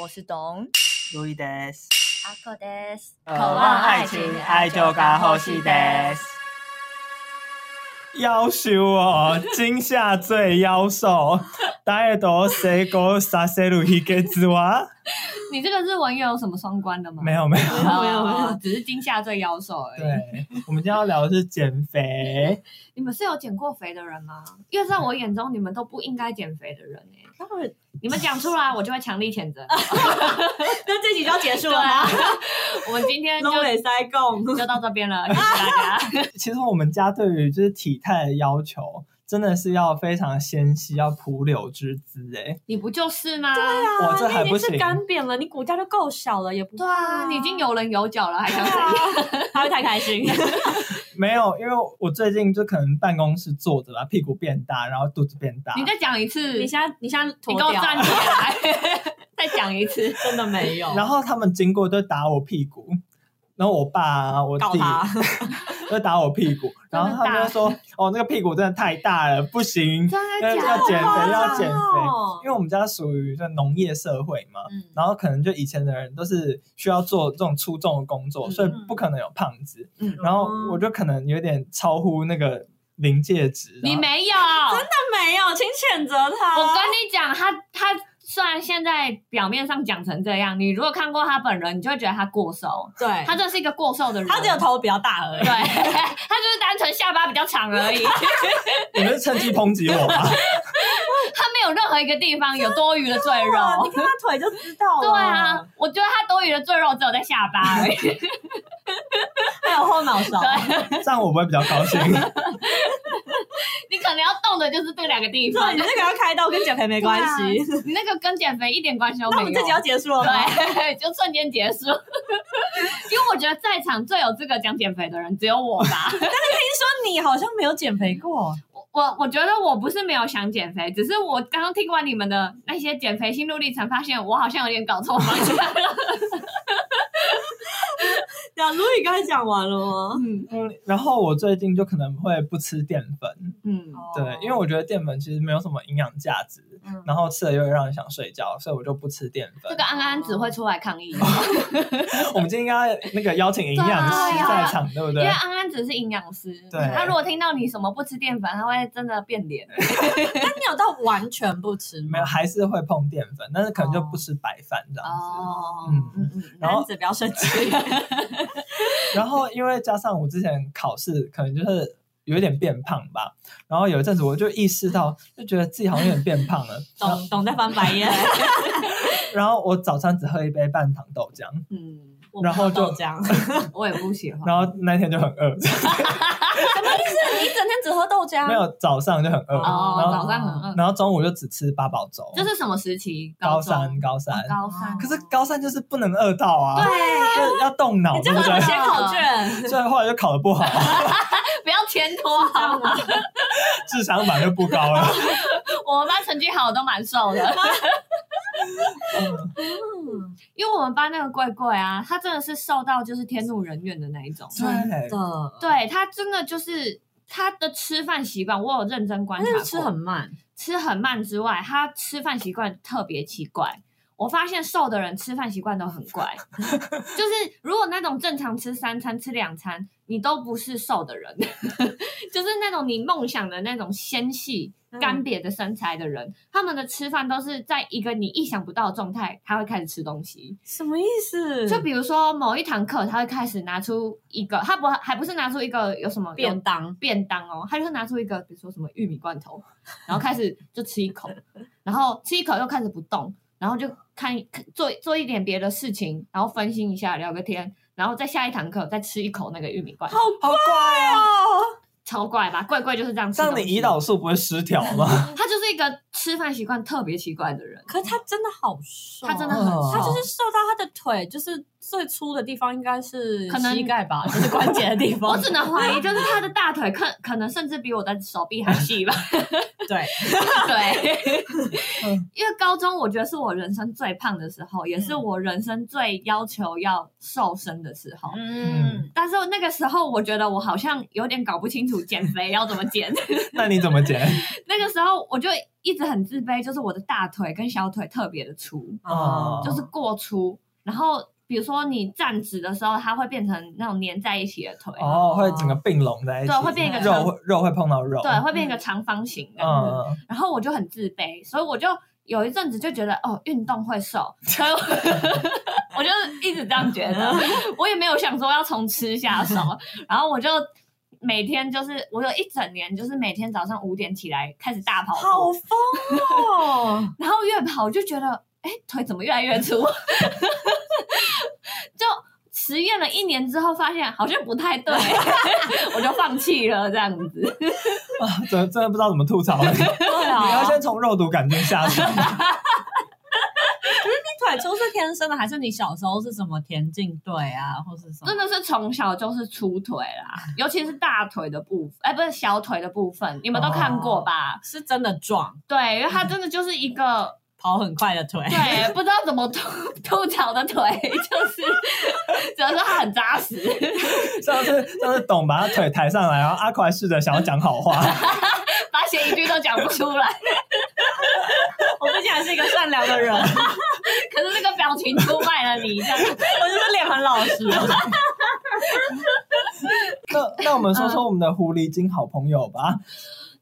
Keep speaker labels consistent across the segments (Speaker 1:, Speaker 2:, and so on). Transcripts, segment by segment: Speaker 1: 我是董
Speaker 2: 路易德斯，
Speaker 1: 阿克德斯，
Speaker 2: 渴望爱情，爱就该呼吸德斯。
Speaker 3: 要求哦，今夏最 妖兽，大家都谁狗啥谁路一个字
Speaker 2: 哦
Speaker 3: 哇？
Speaker 4: 你这个日文又有什么双关的吗？哦
Speaker 3: 没有没有，
Speaker 4: 没有，没有，没有，只是惊吓最妖兽而已。
Speaker 3: 对，我们今天要聊的是减肥，
Speaker 4: 你们是有减过肥的人吗？因为在我眼中，你们都不应该减肥的人哎、
Speaker 2: 他们
Speaker 4: 你们讲出来，我就会强力谴 责。
Speaker 1: 那这集就要结束
Speaker 4: 对
Speaker 1: 了
Speaker 4: 啊
Speaker 1: 吗？，
Speaker 4: 我们今天就
Speaker 2: 都没塞共，
Speaker 4: 就到这边了，谢谢大 家。
Speaker 3: 其实我们家对于就是体态的要求，真的是要非常纤细，要蒲柳之姿哎，
Speaker 4: 你不就是吗？对啊，
Speaker 3: 哇，这
Speaker 1: 你
Speaker 3: 还
Speaker 1: 已
Speaker 3: 不
Speaker 1: 经
Speaker 3: 行
Speaker 1: 是，干扁了，你骨架就够小了，也不
Speaker 4: 对啊，你已经有棱有角了，还想
Speaker 1: 啊
Speaker 4: 怎样？
Speaker 1: 他会太开 心。
Speaker 3: 没有，因为我最近就可能办公室坐着吧，屁股变大，然后肚子变大，
Speaker 4: 你再讲一次，
Speaker 1: 你
Speaker 4: 你
Speaker 1: 现在你现在脱
Speaker 4: 给
Speaker 1: 掉
Speaker 4: 我站起来， 再讲一次。
Speaker 1: 真的没
Speaker 4: 哦
Speaker 1: 有。
Speaker 3: 然后他们经过都打我屁股，然后我爸、啊、我
Speaker 1: 告
Speaker 3: 弟
Speaker 1: 他
Speaker 3: 都打我屁 股，然后他们就说：“哦，那个屁股真的太大了，不行，
Speaker 4: 真
Speaker 2: 哎
Speaker 3: 要要减
Speaker 1: 好夸张
Speaker 3: 肥，
Speaker 1: 哦
Speaker 3: 要减肥。”因为我们家属于就农业社会嘛，
Speaker 4: 嗯，
Speaker 3: 然后可能就以前的人都是需要做这种粗重的工作，所以不可能有胖子。
Speaker 4: 嗯
Speaker 3: 然后我就可能有点超乎那个临界值。
Speaker 4: 你
Speaker 3: 然后
Speaker 4: 没有，
Speaker 1: 没有，请谴责他。
Speaker 4: 我跟你讲，他他虽然现在表面上讲成这样，你如果看过他本人，你就会觉得他过瘦，
Speaker 1: 对，
Speaker 4: 他真的是一个过瘦的人。
Speaker 1: 他只有头比较大而
Speaker 4: 对，
Speaker 1: 已。
Speaker 4: 他就是单纯下巴比较长而 已，他
Speaker 3: 你们是趁机抨击 我吧？
Speaker 4: 没有任何一个地方有多余的赘
Speaker 1: 哇，
Speaker 4: 肉
Speaker 1: 你。哦看他腿就知道了。
Speaker 4: 对啊，，我觉得他多余的赘肉只有在下巴 而已。
Speaker 1: 还有后脑勺。
Speaker 4: 对，
Speaker 3: 这样我不会比较高兴。
Speaker 4: 你可能要动的就是这两个地
Speaker 1: 对，
Speaker 4: 方
Speaker 1: 你。这个要开刀跟减肥没关系。
Speaker 4: 对啊，你那个跟减肥一点关系都
Speaker 1: 那我
Speaker 4: 没
Speaker 1: 们
Speaker 4: 有。
Speaker 1: 这集要结束了吗？
Speaker 4: 对， 就瞬间结束。因为我觉得在场最有资格讲减肥的人只有我吧。
Speaker 1: 说你好像没有减肥 过，
Speaker 4: 我我觉得我不是没有想减肥，只是我刚刚听完你们的那些减肥心路历程，发现我好像有点搞错方向 了。
Speaker 1: 对啊，路易刚才讲完了吗？
Speaker 4: 嗯
Speaker 3: 嗯，然后我最近就可能会不吃淀粉。
Speaker 4: 嗯，
Speaker 3: 对，因为我觉得淀粉其实没有什么营养价值，
Speaker 1: 嗯
Speaker 3: 然后吃了又会让人想睡觉，所以我就不吃淀
Speaker 4: 这
Speaker 3: 粉
Speaker 4: 个。安安只会出来抗议，
Speaker 3: 我们今天应该那个邀请营养师
Speaker 4: 对啊
Speaker 3: 在场，对不
Speaker 4: 因为
Speaker 3: 对？
Speaker 4: 安安只是营养师，
Speaker 3: 对
Speaker 4: 他如果听到你什么不吃淀粉，他会真的变脸。
Speaker 1: 但你有到完全不吃吗
Speaker 3: 没有，还是会碰淀粉，但是可能就不吃白饭这样子。
Speaker 4: 哦，
Speaker 3: 嗯
Speaker 4: 嗯嗯，
Speaker 3: 然后
Speaker 1: 男子不要生气，
Speaker 3: 然后因为加上我之前考试，可能就是有一点变胖吧。然后有一阵子我就意识到，就觉得自己好像有点变 胖了。然后
Speaker 1: 懂懂在翻白眼。
Speaker 3: 然后我早餐只喝一杯半糖豆浆，
Speaker 4: 嗯，
Speaker 1: 我
Speaker 3: 然后
Speaker 1: 不知道
Speaker 3: 就
Speaker 1: 这样，
Speaker 4: 我也不喜欢。
Speaker 3: 然后那天就很饿，
Speaker 1: 你一整天只喝豆浆
Speaker 3: 没有早上就很饿，
Speaker 4: 啊哦，
Speaker 3: 然后
Speaker 4: 早上很饿，
Speaker 3: 然后中午就只吃八宝粥。
Speaker 4: 这是什么时期？
Speaker 3: 高
Speaker 4: 中哦
Speaker 3: 三，高三，
Speaker 4: 高三。
Speaker 3: 可是高三就是不能饿到啊，对，要动脑，对
Speaker 1: 真
Speaker 3: 不
Speaker 1: 的
Speaker 3: 对
Speaker 1: 有？
Speaker 4: 真
Speaker 1: 写
Speaker 4: 的
Speaker 1: 考 卷，
Speaker 3: 所以后来就考 得不好，
Speaker 4: 不要前拖好吗？
Speaker 3: 智商反而就不高了。
Speaker 4: 我们班成绩好的都蛮瘦 的，
Speaker 1: 嗯，
Speaker 4: 因为我们班那个贵贵啊，他真的是瘦到就是天怒人怨的那一种。
Speaker 1: 真
Speaker 3: 对，
Speaker 1: 的，
Speaker 4: 对他真的就是他的吃饭习惯，我有认真观察
Speaker 1: 但
Speaker 4: 过
Speaker 1: 是吃很慢，
Speaker 4: 吃很慢之外，他吃饭习惯特别奇怪。我发现瘦的人吃饭习惯都很 怪，就是如果那种正常吃三餐、吃两餐，你都不是瘦的人， 就是那种你梦想的那种纤细、
Speaker 1: 嗯
Speaker 4: 干瘪的身材的人，他们的吃饭都是在一个你意想不到的状态，他会开始吃东西。
Speaker 1: 什么意思？
Speaker 4: 就比如说某一堂课，他会开始拿出一个，他不还不是拿出一个有什么有
Speaker 1: 便当，
Speaker 4: 便当哦，他就是拿出一个比如说什么玉米罐头，然后开始就吃一 口，然后吃一口又开始不动，然后就看看做做一点别的事情，然后分心一下聊个天，然后在下一堂课再吃一口那个玉米罐头，
Speaker 3: 好怪啊！
Speaker 1: 哦，
Speaker 4: 超怪吧？怪怪就是这样吃
Speaker 3: 这
Speaker 4: 东
Speaker 3: 样
Speaker 4: 西。
Speaker 3: 你胰岛素不会失调吗？
Speaker 4: 他就是一个吃饭习惯特别奇怪的人，
Speaker 1: 可是他真的好瘦，
Speaker 4: 他真的很
Speaker 3: 哦
Speaker 4: 瘦，
Speaker 1: 他就是瘦到他的腿，就是最粗的地方应该是
Speaker 4: 可能
Speaker 1: 膝盖吧，就是关节的地 方。
Speaker 4: 我只能怀疑，就是他的大腿可可能甚至比我的手臂还细吧。
Speaker 1: 对，
Speaker 4: 对
Speaker 3: 嗯，
Speaker 4: 因为高中我觉得是我人生最胖的时候，也是我人生最要求要瘦身的时候。
Speaker 3: 嗯，
Speaker 4: 但是那个时候，我觉得我好像有点搞不清楚减肥要怎么减。
Speaker 3: 那你怎么减？
Speaker 4: 那个时候我就一直很自卑，就是我的大腿跟小腿特别的粗，
Speaker 3: 哦
Speaker 4: 嗯就是过粗。然后比如说你站直的时候，它会变成那种粘在一起的腿，
Speaker 3: 哦，会整个并拢在一起，
Speaker 4: 对会变一个
Speaker 3: 肉会肉会碰到肉，
Speaker 4: 对，会变一个长方形的。
Speaker 3: 嗯，
Speaker 4: 然后我就很自卑，所以我就有一阵子就觉得哦，运动会瘦，所以我我就一直这样觉得，我也没有想说要从吃下手，然后我就。每天就是我有一整年，就是每天早上五点起来开始大跑步，
Speaker 1: 好疯 哦！
Speaker 4: 然后越跑我就觉得，哎，腿怎么越来越粗？ 就实验了一年之后，发现好像不太对， 我就放弃了这样子。
Speaker 3: 真的真的不知道怎么吐 槽了。你
Speaker 1: 对
Speaker 3: 要
Speaker 1: 啊，
Speaker 3: 先从肉毒杆菌下手。
Speaker 1: 腿粗是天生的，还是你小时候是什么田径队啊，或是什么？
Speaker 4: 真的是从小就是粗腿啦， 尤其是大腿的部分，哎、不是小腿的部分，你们都看过吧？
Speaker 1: 是真的壮，
Speaker 4: 对，因为它真的就是一个
Speaker 1: 跑很快的腿。
Speaker 4: 对，不知道怎么吐 吐槽的腿，就是 只能说它很扎实。
Speaker 3: 上次上次董把他腿抬上来，然后阿奎试着想要讲 好话，
Speaker 4: 发现一句都讲不出来，
Speaker 1: 我毕竟还是一个善良的 人，我
Speaker 4: 可是那个表情出卖了你，这样
Speaker 1: 就是脸很老实。啊
Speaker 3: 那那我们说
Speaker 4: 嗯
Speaker 3: 说我们的狐狸精好朋友吧。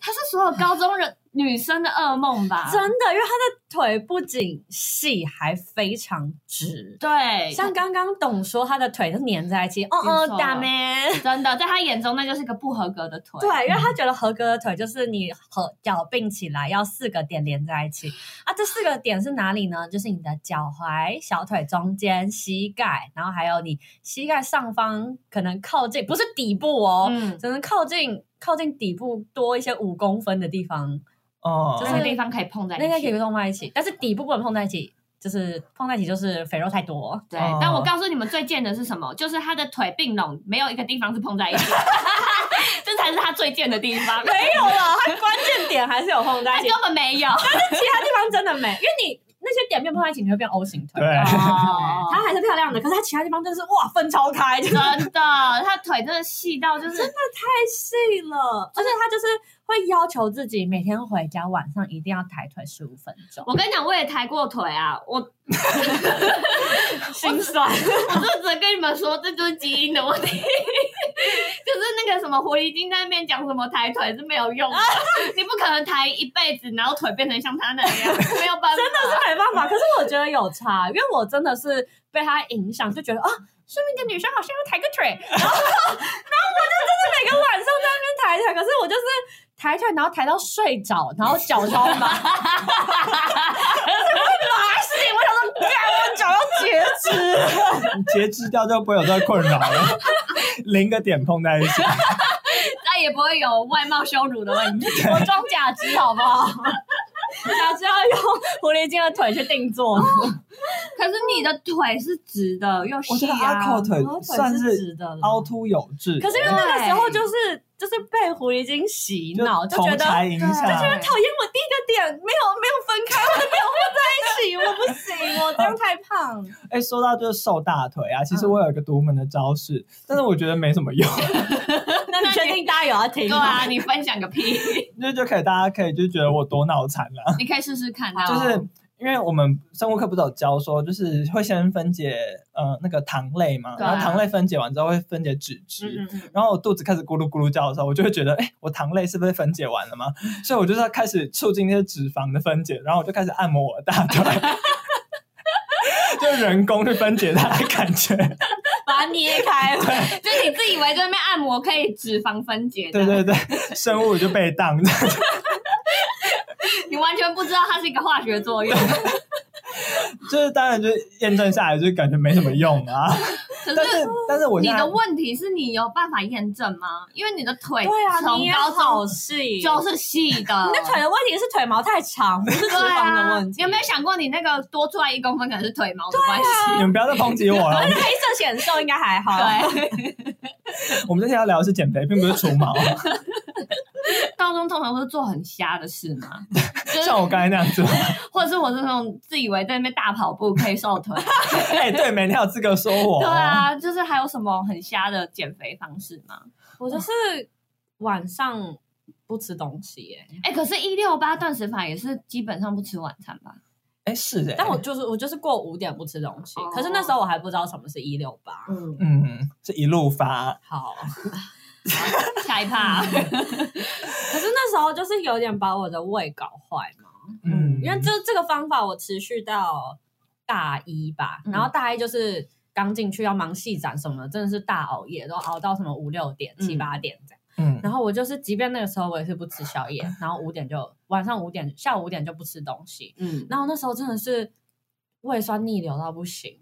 Speaker 4: 它是所有高中人女生的噩梦吧？
Speaker 1: 真的，因为他的腿不仅细，还非常直。
Speaker 4: 对，
Speaker 1: 像刚刚董说，他的腿是粘在一起，哦哦，大妹。
Speaker 4: 真的在她眼中那就是个不合格的腿。
Speaker 1: 对，因为他觉得合格的腿就是你和脚并起来要四个点连在一起啊。这四个点是哪里呢？就是你的脚踝、小腿中间、膝盖，然后还有你膝盖上方可能靠近，不是底部哦，
Speaker 4: 嗯，
Speaker 1: 只能靠近靠近底部多一些五公分的地方，
Speaker 3: 哦，
Speaker 1: 就
Speaker 4: 那个地方可以碰在一起。
Speaker 1: 那个可以碰在一起，但是底部不能碰在一起，就是碰在一起就是肥肉太多。
Speaker 4: 对
Speaker 3: 哦，
Speaker 4: 但我告诉你们最贱的是什么？就是他的腿并拢，没有一个地方是碰在一起的， 这才是他最贱的地 方。
Speaker 1: 没有了，它关键点还是有碰在
Speaker 4: 他
Speaker 1: 一起
Speaker 4: 根，本没有。
Speaker 1: 其他地方真的没，因为你那些点面碰在一起，你会变 O 型腿。
Speaker 3: 对
Speaker 4: 哦
Speaker 1: 它还是漂亮的，可是它其他地方真的是哇分超开，就是
Speaker 4: 真的，他腿真的细到就是，
Speaker 1: 太细了，而且它就是会要求自己每天回家晚上一定要抬腿十五分钟，
Speaker 4: 我跟你讲，我也抬过腿啊，我我
Speaker 1: 心酸。
Speaker 4: 就只能跟你们说，这就是基因的问题。 就是那个什么狐狸精在那边讲什么抬腿是没有 用的，你不可能抬一辈子，然后腿变成像他那样，没有办法。真的
Speaker 1: 没办法，可是我觉得有差，因为我真的是被他影响，就觉得啊，身边的女生好像要抬个腿，然后 然后我就真的每个晚上在那边抬腿，可是我就是抬腿，然后抬到睡着，然后脚超麻， 就是会麻醒，我想说，干我脚要截肢。
Speaker 3: 你截肢掉就不会有这个困扰了，零个点碰在一起。
Speaker 4: 再也不会有外貌羞辱的问题。
Speaker 1: 我装假肢好不好？ 假肢要用狐狸精的腿去定做，
Speaker 4: 可是你的腿是直的又细啊，
Speaker 3: 我觉得阿寇腿算
Speaker 1: 腿直
Speaker 3: 是
Speaker 1: 的了。
Speaker 3: 凹凸有致，
Speaker 1: 可是因为那个时候就是就是被狐狸精洗脑，就
Speaker 3: 同啊
Speaker 1: 觉得
Speaker 3: 才影响，
Speaker 1: 讨厌我第一个点没有没有分开，我的没有混在一起，我不 行，我这样太胖。
Speaker 3: 哎，说到就是瘦大腿啊，其
Speaker 1: 嗯
Speaker 3: 实我有一个独门的招式，但是我觉得没什么用，
Speaker 1: 那你确定大家有要听
Speaker 4: 对
Speaker 1: 吗？
Speaker 4: 啊，你分享个屁，
Speaker 3: 那就可以大家可以就觉得我多脑残了，
Speaker 4: 你可以试试看啊。
Speaker 3: 就是。因为我们生物课不是有教说，就是会先分解呃那个糖类嘛，
Speaker 4: 对啊
Speaker 3: 然后糖类分解完之后会分解脂质，
Speaker 4: 嗯，嗯嗯
Speaker 3: 然后我肚子开始咕噜咕噜叫的时候，我就会觉得，哎，我糖类是不是分解完了吗？所以我就是要开始促进那些脂肪的分解，然后我就开始按摩我的大腿， 就人工去分解它的感觉。
Speaker 1: 把它捏 开，
Speaker 4: 就是你自以为在那边按摩可以脂肪分解，
Speaker 3: 对对对，生物就被当，
Speaker 4: 你完全不知道它是一个化学作用。
Speaker 3: 就是当然就是验证下来就感觉没什么用啊。
Speaker 4: 可
Speaker 3: 但
Speaker 4: 是
Speaker 3: 是但是我
Speaker 4: 你
Speaker 3: 现在
Speaker 4: 的问题是你有办法验证吗？因为你的腿
Speaker 1: 对啊，你
Speaker 4: 从
Speaker 1: 也
Speaker 4: 高
Speaker 1: 好
Speaker 4: 中
Speaker 1: 细，
Speaker 4: 就是细的，
Speaker 1: 你的腿的问题是腿毛太长，不是脂
Speaker 4: 对
Speaker 1: 肪的
Speaker 4: 啊
Speaker 1: 问，题。
Speaker 4: 有没有想过你那个多出来一公分可能是腿毛的关系？
Speaker 3: 你们不要再抨击我了
Speaker 1: 而，且黑色显瘦应该还好，
Speaker 4: 对，
Speaker 3: 我们这天要聊的是减肥，并不是除毛，
Speaker 4: 高中通常会做很瞎的事嘛，就是
Speaker 3: 像我刚才那样子。
Speaker 4: 或者是我是那种自以为在那边大跑步可以瘦腿，
Speaker 1: 哦
Speaker 3: 哎，对，每天有资格说我。哦
Speaker 4: 对，啊，就是还有什么很瞎的减肥方式吗？
Speaker 1: 我就是晚上不吃东西耶、
Speaker 4: 哎、可是，一六八断食法也是基本上不吃晚餐吧？
Speaker 3: 哎，是哎，
Speaker 1: 但我就是我就是过五点不吃东西，
Speaker 4: 哦
Speaker 1: 可是那时候我还不知道什么是一六八。
Speaker 4: 嗯，
Speaker 3: 嗯，这一路发，
Speaker 1: 好，
Speaker 4: 下一趴，
Speaker 1: 可是那时候就是有点把我的胃搞坏嘛，
Speaker 3: 嗯，
Speaker 1: 因为这这个方法我持续到大一吧，
Speaker 4: 嗯
Speaker 1: 然后大一就是刚进去要忙戏展什么的，真的是大熬夜，都熬到什么五六点、七八点这样。
Speaker 3: 嗯
Speaker 1: 然后我就是，即便那个时候我也是不吃宵夜，然后五点就晚上五点、下午五点就不吃东西。
Speaker 4: 嗯，
Speaker 1: 然后那时候真的是胃酸逆流到不行，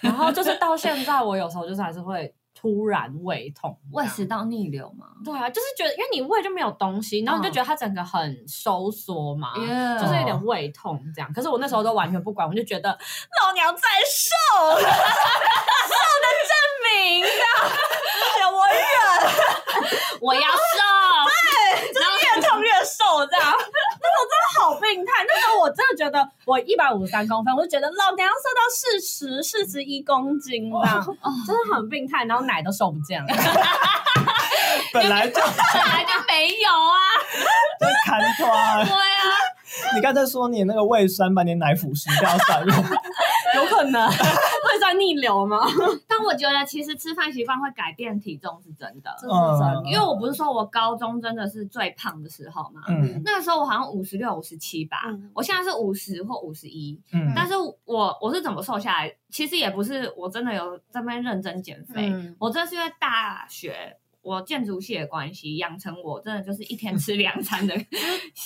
Speaker 1: 然后就是到现在我有时候就是还是会突然胃痛，
Speaker 4: 胃食道逆流嘛，
Speaker 1: 对啊，就是觉得因为你胃就没有东西，然后你就觉得它整个很收缩嘛。
Speaker 4: 嗯 Yeah
Speaker 1: 就是有点胃痛这样，可是我那时候都完全不管，我就觉得老娘在瘦， 瘦的证明， 这样，我忍，
Speaker 4: 我要瘦。
Speaker 1: 就是越痛越瘦这样。 那时候真的好病态，那时候我真的觉得我一百五十三公分，我就觉得老娘要瘦到四十、四十一公斤这样，真的很病态，然后奶都瘦不 见了。
Speaker 3: 本来就
Speaker 4: 本来就没有啊，
Speaker 3: 就砍断。
Speaker 4: 对啊，
Speaker 3: 你刚才说你那个胃酸把你奶腐蚀掉算了，
Speaker 1: 有可能 会算逆流吗？
Speaker 4: 但我觉得其实吃饭习惯会改变体重是真的，
Speaker 1: 这是真的
Speaker 4: 因为我不是说我高中真的是最胖的时候嘛，
Speaker 3: 嗯
Speaker 4: 那个时候我好像五十六、五十七吧
Speaker 1: 嗯，
Speaker 4: 我现在是五十或五十一，
Speaker 3: 嗯
Speaker 4: 但是我我是怎么瘦下来？其实也不是我真的有这边认真减肥，
Speaker 1: 嗯
Speaker 4: 我这是因为大学。我建筑系的关系，养成我真的就是一天 吃两餐的习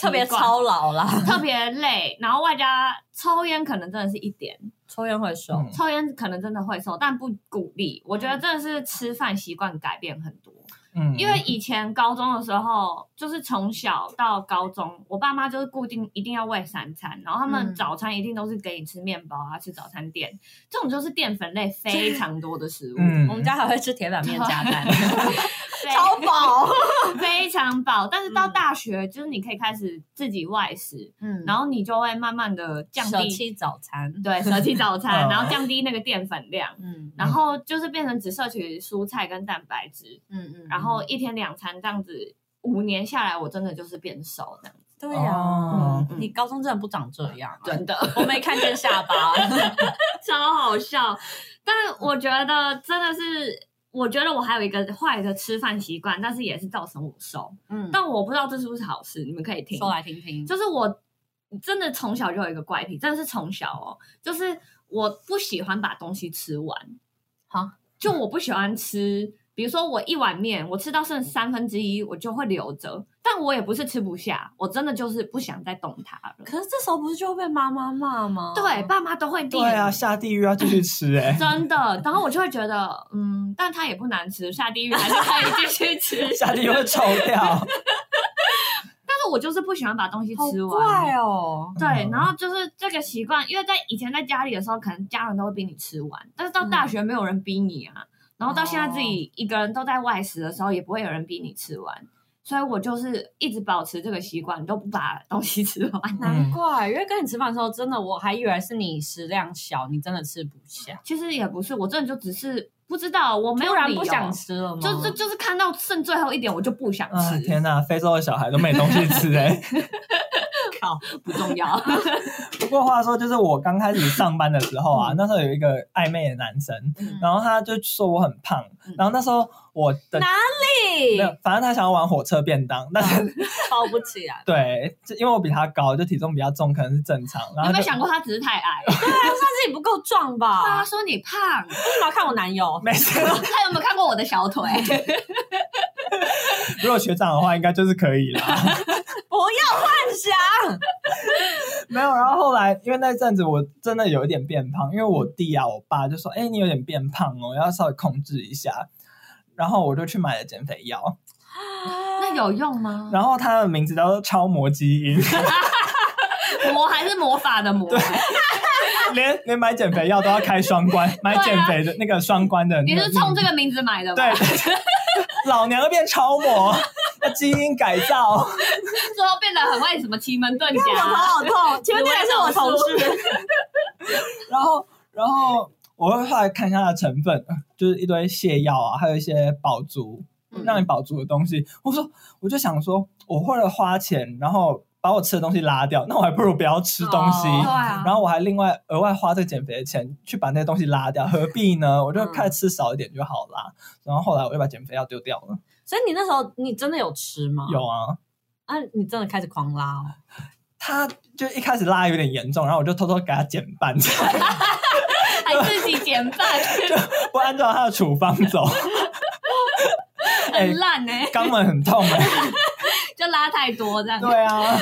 Speaker 1: 特别
Speaker 4: 惯，
Speaker 1: 操劳啦，
Speaker 4: 特别累，然后外加抽烟，可能真的是一点，
Speaker 1: 抽烟会瘦
Speaker 3: 嗯
Speaker 4: 抽烟可能真的会瘦，但不鼓励。我
Speaker 1: 嗯
Speaker 4: 觉得真的是吃饭习惯改变很多，
Speaker 3: 嗯
Speaker 4: 因为以前高中的时候，就是从小到高中，我爸妈就是固定一定要喂三餐，然后他们
Speaker 1: 嗯
Speaker 4: 早餐一定都是给你吃面包啊，吃早餐店，这种就是淀粉类 非常多的食物，
Speaker 3: 嗯
Speaker 1: 我们家还会吃铁板面加蛋，
Speaker 4: 非
Speaker 1: 超饱。
Speaker 4: 非常饱。但是到
Speaker 1: 嗯
Speaker 4: 大学，就是你可以开始自己外食，
Speaker 1: 嗯
Speaker 4: 然
Speaker 1: 后
Speaker 4: 后你就会慢慢的降
Speaker 1: 舍
Speaker 4: 低，
Speaker 1: 弃早餐，
Speaker 4: 对，舍弃早餐，
Speaker 3: 嗯
Speaker 4: 然后降低那个淀粉量。
Speaker 1: 嗯
Speaker 4: 然后就是变成只摄取蔬菜跟蛋白质，
Speaker 1: 嗯嗯
Speaker 4: 然后一天两餐这样子，五年下来我真的就是变瘦这样子，
Speaker 1: 对啊呀
Speaker 3: 哦，
Speaker 4: 嗯
Speaker 1: 你高中真的不长这样，啊
Speaker 4: 真，的
Speaker 1: 我没看见下巴，
Speaker 4: 超好笑。但我觉得真的是，我觉得我还有一个坏的吃饭习惯，但是也是造成我瘦，
Speaker 1: 嗯，
Speaker 4: 但我不知道这是不是好事，你们可以听
Speaker 1: 说。来听听，
Speaker 4: 就是我真的从小就有一个怪癖，真的是从小哦，就是我不喜欢把东西吃完，
Speaker 1: 好，
Speaker 4: 就我不喜欢吃。比如说我一碗面，我吃到
Speaker 3: 嗯
Speaker 4: 剩三分之一，我就会留着，但我也不是吃不下，我真的就是不想再动它了。
Speaker 1: 可是这时候不是就会被妈妈骂吗？
Speaker 4: 对，爸妈都会念
Speaker 3: 哦对啊，下地狱要继续吃哎，
Speaker 4: 真的。然后我就会觉得，嗯，但它也不难吃，下地狱还是可以继续吃。
Speaker 3: 下地狱会臭掉。
Speaker 4: 但是我就是不喜欢把东西
Speaker 1: 好
Speaker 4: 吃完。
Speaker 1: 怪哦，
Speaker 4: 对
Speaker 3: 嗯，
Speaker 4: 然后就是这个习惯，因为在以前在家里的时候，可能家人都会逼你吃完，但是
Speaker 1: 嗯
Speaker 4: 到大学没有人逼你啊，然后到现在
Speaker 1: 哦
Speaker 4: 自己一个人都在外食的时候，也不会有人逼你吃完，所以我就是一直保持这个习惯，都不把 东西吃完。
Speaker 1: 难
Speaker 3: 嗯
Speaker 1: 怪，因为跟你吃饭的时候，真的我还以为是你食量小，你真的吃不下，
Speaker 4: 其实也不是，我真的就只是不知道，我没有
Speaker 1: 突然
Speaker 4: 理由
Speaker 1: 不想，吃了吗？嗯
Speaker 4: 就就就是看到剩最后一点，我就不想
Speaker 3: 啊，
Speaker 4: 吃，
Speaker 3: 天哪，非洲的小孩都没东西吃哎。
Speaker 4: 不重要。
Speaker 3: 不过话说，就是我刚开始上班的时候啊，那时候有一个暧昧的男生，
Speaker 1: 嗯
Speaker 3: 然后他就说我很胖
Speaker 4: 嗯，
Speaker 3: 然后那时候我的
Speaker 1: 哪
Speaker 3: 没有，反正他想要玩火车便当，但
Speaker 4: 嗯
Speaker 3: 是。
Speaker 1: 包不起来
Speaker 3: 对，就因为我比他高，就体重比较重，可能是正常。然
Speaker 4: 你有
Speaker 3: 后
Speaker 4: 没
Speaker 3: 他
Speaker 4: 有
Speaker 3: 就
Speaker 4: 想过他只是太矮？
Speaker 1: 对啊，是他自己不够壮吧
Speaker 4: 他？说你胖，
Speaker 1: 为什么要看我男友？
Speaker 3: 没事，
Speaker 4: 他有没有看过我的小 腿？
Speaker 3: 如果学长的话，应该就是可以 啦。
Speaker 1: 不要幻想。
Speaker 3: 没有，然后后来因为那阵子我真的有一点变胖，因为我弟啊，我爸就说：“哎、你有点变胖哦，要稍微控制一下。”然后我就去买了减肥药，
Speaker 4: 那有用 吗？
Speaker 3: 然后它的名字叫做超模基因，
Speaker 4: 魔还是魔法的魔？
Speaker 3: 连连买减肥药都要开双关，买减肥的那个双关的那
Speaker 4: 啊你
Speaker 3: 个、
Speaker 4: 是冲这个名字买的吧？
Speaker 3: 对，老娘要变超模， 要基因改造。
Speaker 4: 最后变得很会什么奇门遁
Speaker 1: 我头
Speaker 4: 甲，
Speaker 1: 好痛，前面那个是我同事。
Speaker 3: 然后，然后我会后来看一下它的成分，就是一堆泻药啊，还有一些宝珠，
Speaker 4: 嗯
Speaker 3: 让你饱足的东西。我说，我就想说，我为了花钱，然后把我吃的东西拉掉，那我还不如不要吃东西。
Speaker 1: 哦
Speaker 4: 对啊，
Speaker 3: 然后我还另外额外花这减肥的钱去把那些东西拉掉，何必呢？我就
Speaker 1: 嗯
Speaker 3: 开始吃少一点就好啦。然后后来我就把减肥药丢掉了。
Speaker 1: 所以你那时候你真的有吃吗？
Speaker 3: 有啊，
Speaker 1: 啊，你真的开始狂拉哦。
Speaker 3: 他就一开始拉得有点严重，然后我就偷偷给他减半，
Speaker 4: 还自己减半，
Speaker 3: 不按照他的处方 走。哎
Speaker 4: 很烂哎、
Speaker 3: 肛门很痛哎、
Speaker 4: 就拉太多这样，
Speaker 3: 对啊，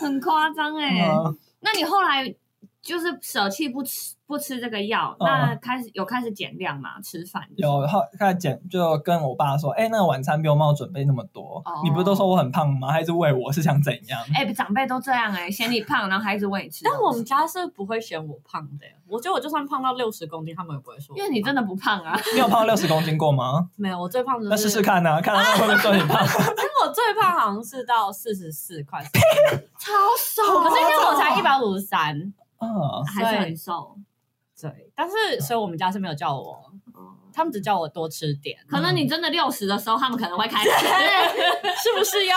Speaker 4: 很夸张哎。
Speaker 3: 嗯
Speaker 4: 那你后来就是舍弃不吃不吃这个药，
Speaker 3: 嗯
Speaker 4: 那开始有开始减量嘛？吃饭
Speaker 3: 有后开始减，就跟我爸说，哎、那个晚餐不用帮我准备那么多，
Speaker 4: 哦
Speaker 3: 你不是都说我很胖吗？还是喂我是想怎样？
Speaker 4: 哎、长辈都这样哎、嫌你胖，然后还一直喂你吃东西。
Speaker 1: 但我们家是不会嫌我胖的耶，我觉得我就算胖到六十公斤，他们也不会说我胖。
Speaker 4: 因为你真的不胖啊，
Speaker 3: 你有胖六十公斤过吗？
Speaker 1: 没有，我最胖就是
Speaker 3: 那试试看啊，看他会不会说你 胖。
Speaker 1: 那我最胖好像是到四十四 块，
Speaker 4: 超瘦
Speaker 1: 可
Speaker 4: 可
Speaker 1: 是
Speaker 4: 是
Speaker 1: 因
Speaker 4: 因
Speaker 1: 为
Speaker 4: 为
Speaker 1: 我
Speaker 4: 我
Speaker 1: 才
Speaker 3: 啊
Speaker 4: 才
Speaker 1: 一
Speaker 4: 一百，
Speaker 1: 百五十三，
Speaker 3: 嗯，
Speaker 4: 还是很瘦。
Speaker 1: 对，但是所以我们家是没有叫我，
Speaker 4: 嗯
Speaker 1: 他们只叫我多吃 点，
Speaker 4: 可能你真的六十的时候，他们可能会开始，
Speaker 1: 是不 是哟？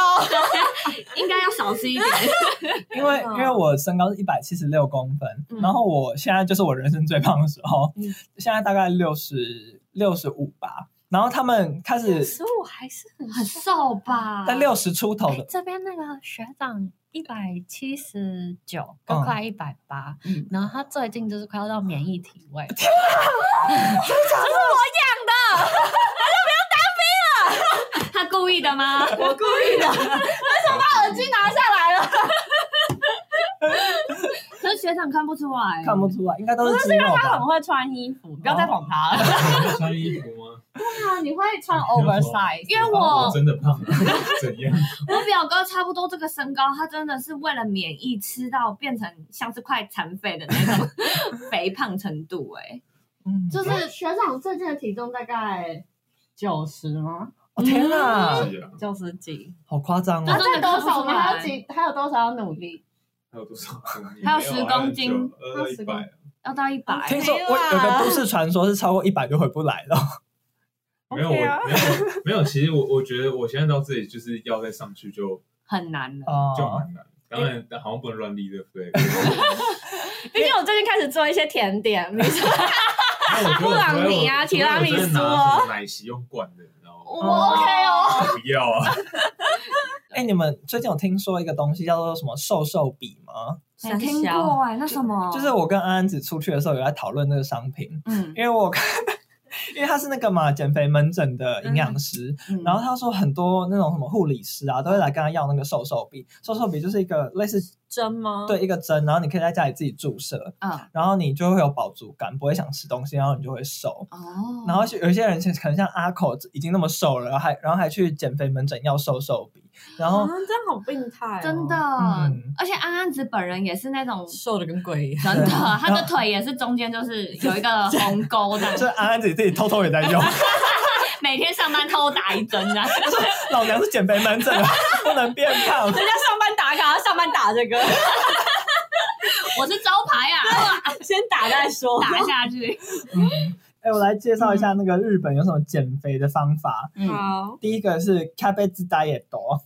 Speaker 4: 应该要少吃一 点。
Speaker 3: 因为
Speaker 1: 嗯
Speaker 3: 因为我身高是一百七十六公分，
Speaker 4: 嗯
Speaker 3: 然后我现在就是我人生最胖的时候，
Speaker 1: 嗯
Speaker 3: 现在大概六十六十五吧。然后他们开始
Speaker 1: 十五还是很
Speaker 4: 很瘦吧？
Speaker 3: 在六十出头的，
Speaker 1: 这边那个学长一百七十九，
Speaker 3: 嗯
Speaker 1: 跟快一百八，然后他最近就是快要到免疫体 位，
Speaker 4: 他故意的吗？
Speaker 1: 我故意的，
Speaker 4: 耳机拿下来了。可是学长看不出
Speaker 1: 哎
Speaker 4: 来，
Speaker 3: 看不出来，应该都是肌肉
Speaker 1: 他
Speaker 3: 吧哦
Speaker 1: 很？会穿衣服，不要再捧他 了。
Speaker 5: 穿衣服吗？
Speaker 1: 啊，你会穿
Speaker 5: oversize
Speaker 4: 因为我
Speaker 5: 真的胖了，怎样？
Speaker 4: 我表哥差不多这个身高，他真的是为了免疫吃到变成像是快残废的那种肥胖程度、哎，
Speaker 3: 嗯，
Speaker 4: 就是
Speaker 1: 学长最近的体重大概九十吗？
Speaker 3: 哦天哪，
Speaker 5: 是啊，
Speaker 1: 九十几？
Speaker 3: 好夸张
Speaker 4: 他
Speaker 3: 哦！
Speaker 4: 真的看不出来？
Speaker 1: 还有多少要努力？
Speaker 5: 还有多啊少？
Speaker 4: 还有10公斤
Speaker 5: 呃，一百，
Speaker 4: 要到一百？哎
Speaker 3: 听说我有个都市传说是超过一百就回不来了，
Speaker 5: 没有我没
Speaker 4: 啊
Speaker 5: 有没有。其实我我觉得我现在到这里就是要再上去就
Speaker 4: 很难 的。
Speaker 5: 就
Speaker 3: 哦，
Speaker 5: 蛮难。当然，但好像不能乱立对不 对？
Speaker 1: 毕竟我最近开始做一些甜点，比如说
Speaker 5: 布
Speaker 1: 朗尼啊提拉米苏哦
Speaker 5: 奶昔用罐的，然后
Speaker 4: 我 OK 哦，
Speaker 5: 不要啊，
Speaker 3: 哎，你们最近有听说一个东西叫做什么瘦瘦笔吗？
Speaker 4: 没听过哎、那什么？
Speaker 3: 就是我跟安安子出去的时候有在讨论那个商品，
Speaker 4: 嗯，
Speaker 3: 因为我看，因为他是那个嘛减肥门诊的营养师，
Speaker 4: 嗯
Speaker 3: 然后他说很多那种什么护理师啊都会来跟他要那个瘦瘦笔，瘦瘦笔就是一个类似
Speaker 1: 针
Speaker 4: 哦
Speaker 1: 吗？
Speaker 3: 对一个针，然后你可以在家里自己注射，
Speaker 4: 嗯
Speaker 3: 然后你就会有饱足感，不会想吃东西，然后你就会瘦。
Speaker 4: 哦，
Speaker 3: 然后有一些人可能像阿口已经那么瘦了，然后还然后还去减肥门诊要瘦瘦笔，然
Speaker 1: 啊
Speaker 3: 后，
Speaker 1: 这样好病态、哦
Speaker 4: 真的，
Speaker 3: 嗯
Speaker 4: 而且安安子本人也是那种。
Speaker 1: 瘦的跟鬼一样。
Speaker 4: 真的，他的腿也是中间就是有一个鸿沟的，
Speaker 3: 这安安自己自己偷偷也在 用，
Speaker 4: 每天上班偷打一针啊。
Speaker 3: 老娘是减肥门诊的，不能变胖。
Speaker 1: 人家上班打卡，上班打这个，
Speaker 4: 我是招牌啊，
Speaker 1: 先打再说。
Speaker 4: 打下去。
Speaker 3: 哎、我来介绍一下那个日本有什么减肥的方法。
Speaker 4: 嗯，
Speaker 1: 好，
Speaker 3: 第一个是 cabbage diet，哦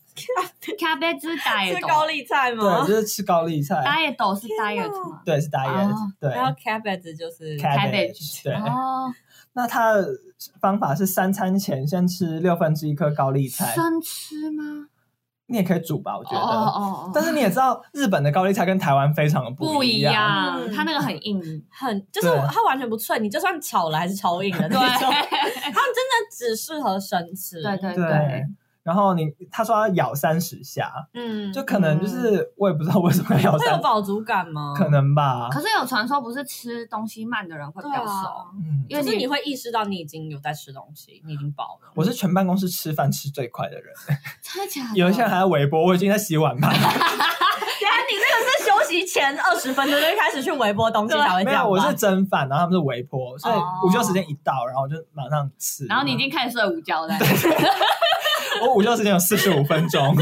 Speaker 4: 咖啡汁打野
Speaker 1: 是
Speaker 4: 豆，
Speaker 1: 高丽菜
Speaker 3: 对，
Speaker 4: 哦
Speaker 1: 吗？
Speaker 3: 就是吃高丽
Speaker 4: 打
Speaker 3: 菜，
Speaker 4: 野豆是打野
Speaker 1: 天哪
Speaker 4: 豆吗？
Speaker 3: 对，是 diet，、
Speaker 4: 哦
Speaker 3: 对
Speaker 1: 然后 cabbage 就是
Speaker 3: 对。
Speaker 4: 哦，
Speaker 3: 那它的方法是三餐前先吃六分之一颗高丽 菜，
Speaker 4: 生吃吗？
Speaker 3: 你也可以煮吧，我觉
Speaker 4: 哦
Speaker 3: 得。
Speaker 4: 哦哦
Speaker 3: 但
Speaker 4: 哦，
Speaker 3: 是你也知道，日本的高丽菜跟台湾非常的
Speaker 4: 不
Speaker 3: 一
Speaker 4: 一
Speaker 3: 样。
Speaker 4: 样，
Speaker 1: 嗯
Speaker 4: 它那个很 硬。
Speaker 1: 很，就是
Speaker 3: 对
Speaker 1: 它完全不脆，你就算炒了还是超硬的
Speaker 4: 对
Speaker 1: 那种。它们真的只适合生吃。
Speaker 4: 对，对
Speaker 3: 对，然后你他说要咬三十下，
Speaker 1: 嗯，
Speaker 3: 就可能就是我也不知道为什么要咬
Speaker 1: 会有
Speaker 3: 三，
Speaker 1: 饱足感吗？
Speaker 3: 可能吧。
Speaker 4: 嗯可是有传说不是吃东西慢的人会比
Speaker 1: 对
Speaker 4: 较
Speaker 1: 啊
Speaker 4: 瘦，，
Speaker 3: 嗯，
Speaker 4: 因
Speaker 1: 就
Speaker 4: 为
Speaker 1: 是你会意识到你已经有在吃东西，你已经饱了。
Speaker 3: 我是全办公室吃饭吃最快的人。
Speaker 4: 真的假的？
Speaker 3: 有一些人还在微波，我已经在洗碗盘。
Speaker 1: 等下啊你这个是休息前二十分钟就开始去微波东西才会这
Speaker 3: 啊没
Speaker 1: 样
Speaker 3: 有，
Speaker 1: 吗
Speaker 3: 我 是蒸饭，然后他们是微波，所以
Speaker 4: 哦
Speaker 3: 午休时间一到，然后我就马上吃。
Speaker 4: 然后你已经开始睡午觉了。
Speaker 3: 我午休时间有四十五分钟，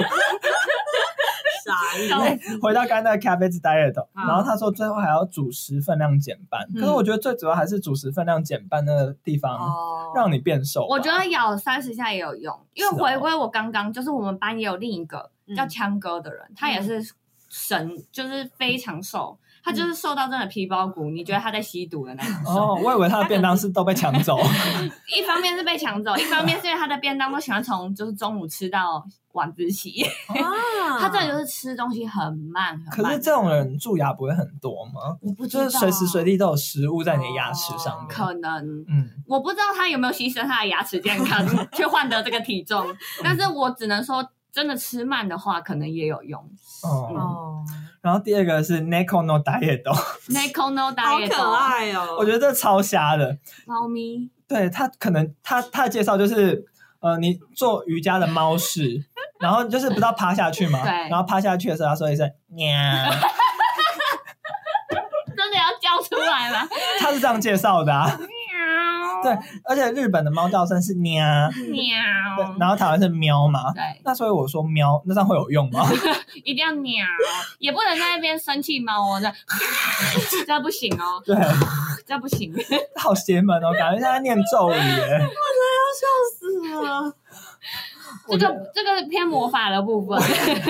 Speaker 1: 傻
Speaker 4: 对
Speaker 3: 回到刚才那个 cabbage diet，哦
Speaker 4: 嗯
Speaker 3: 然后他说最后还要主食分量减半，
Speaker 1: 嗯
Speaker 3: 可是我觉得最主要还是主食分量减半那个地方
Speaker 1: 哦，
Speaker 3: 让你变瘦吧。
Speaker 4: 我觉得咬三十下也有用，因为
Speaker 3: 是哦
Speaker 4: 回归我刚刚就是我们班也有另一个
Speaker 1: 嗯
Speaker 4: 叫强哥的人，他也是神，就是非常瘦，他
Speaker 1: 嗯
Speaker 4: 就是瘦到真的皮包骨，你觉得他在吸毒的那种。
Speaker 3: 哦，我以为他的便当是都被抢 走，
Speaker 4: 一方面是被抢走，一方面是因为他的便当都喜欢从就是中午吃到晚自习，
Speaker 1: 啊
Speaker 4: 他这就是吃东西很慢很
Speaker 3: 嗯可
Speaker 4: 慢。
Speaker 3: 是这种人蛀牙不会很多吗？
Speaker 4: 我不知
Speaker 3: 就
Speaker 4: 道哦
Speaker 3: 是随时随地都有食物在你的牙齿上面。
Speaker 4: 可能
Speaker 3: 嗯，
Speaker 4: 我不知道他有没有牺牲他的牙齿健 康去换得这个体重，但是我只能说，真的吃慢的话，可能也有用。
Speaker 3: 哦。
Speaker 1: 哦，
Speaker 3: 然后第二个是 n e c o no diet，哦
Speaker 4: Nico No
Speaker 1: 好
Speaker 4: Diet，
Speaker 1: 可爱哦，
Speaker 3: 我觉得这超瞎的。
Speaker 4: 猫咪，
Speaker 3: 对他可能他他的介绍就是，呃，你做瑜伽的猫式，然后就是不知道趴下去嘛，
Speaker 4: 对
Speaker 3: 然后趴下去的时候，他说一声“喵
Speaker 4: 真的要叫出来 吗？”，
Speaker 3: 他是这样介绍 的、啊。对，而且日本的猫叫声是“喵”，对
Speaker 4: 喵，
Speaker 3: 然后台湾是“喵”嘛。
Speaker 4: 嗯对，
Speaker 3: 那所以我说“喵”，那这样会有用吗？
Speaker 4: 一定要喵，也不能在那边生气猫哦，这样 这样不行哦，
Speaker 3: 对，
Speaker 4: 这样不行。
Speaker 3: 好邪门哦，感觉像在念咒语 耶。
Speaker 1: 是啊，
Speaker 4: 这个这个偏魔法的部分，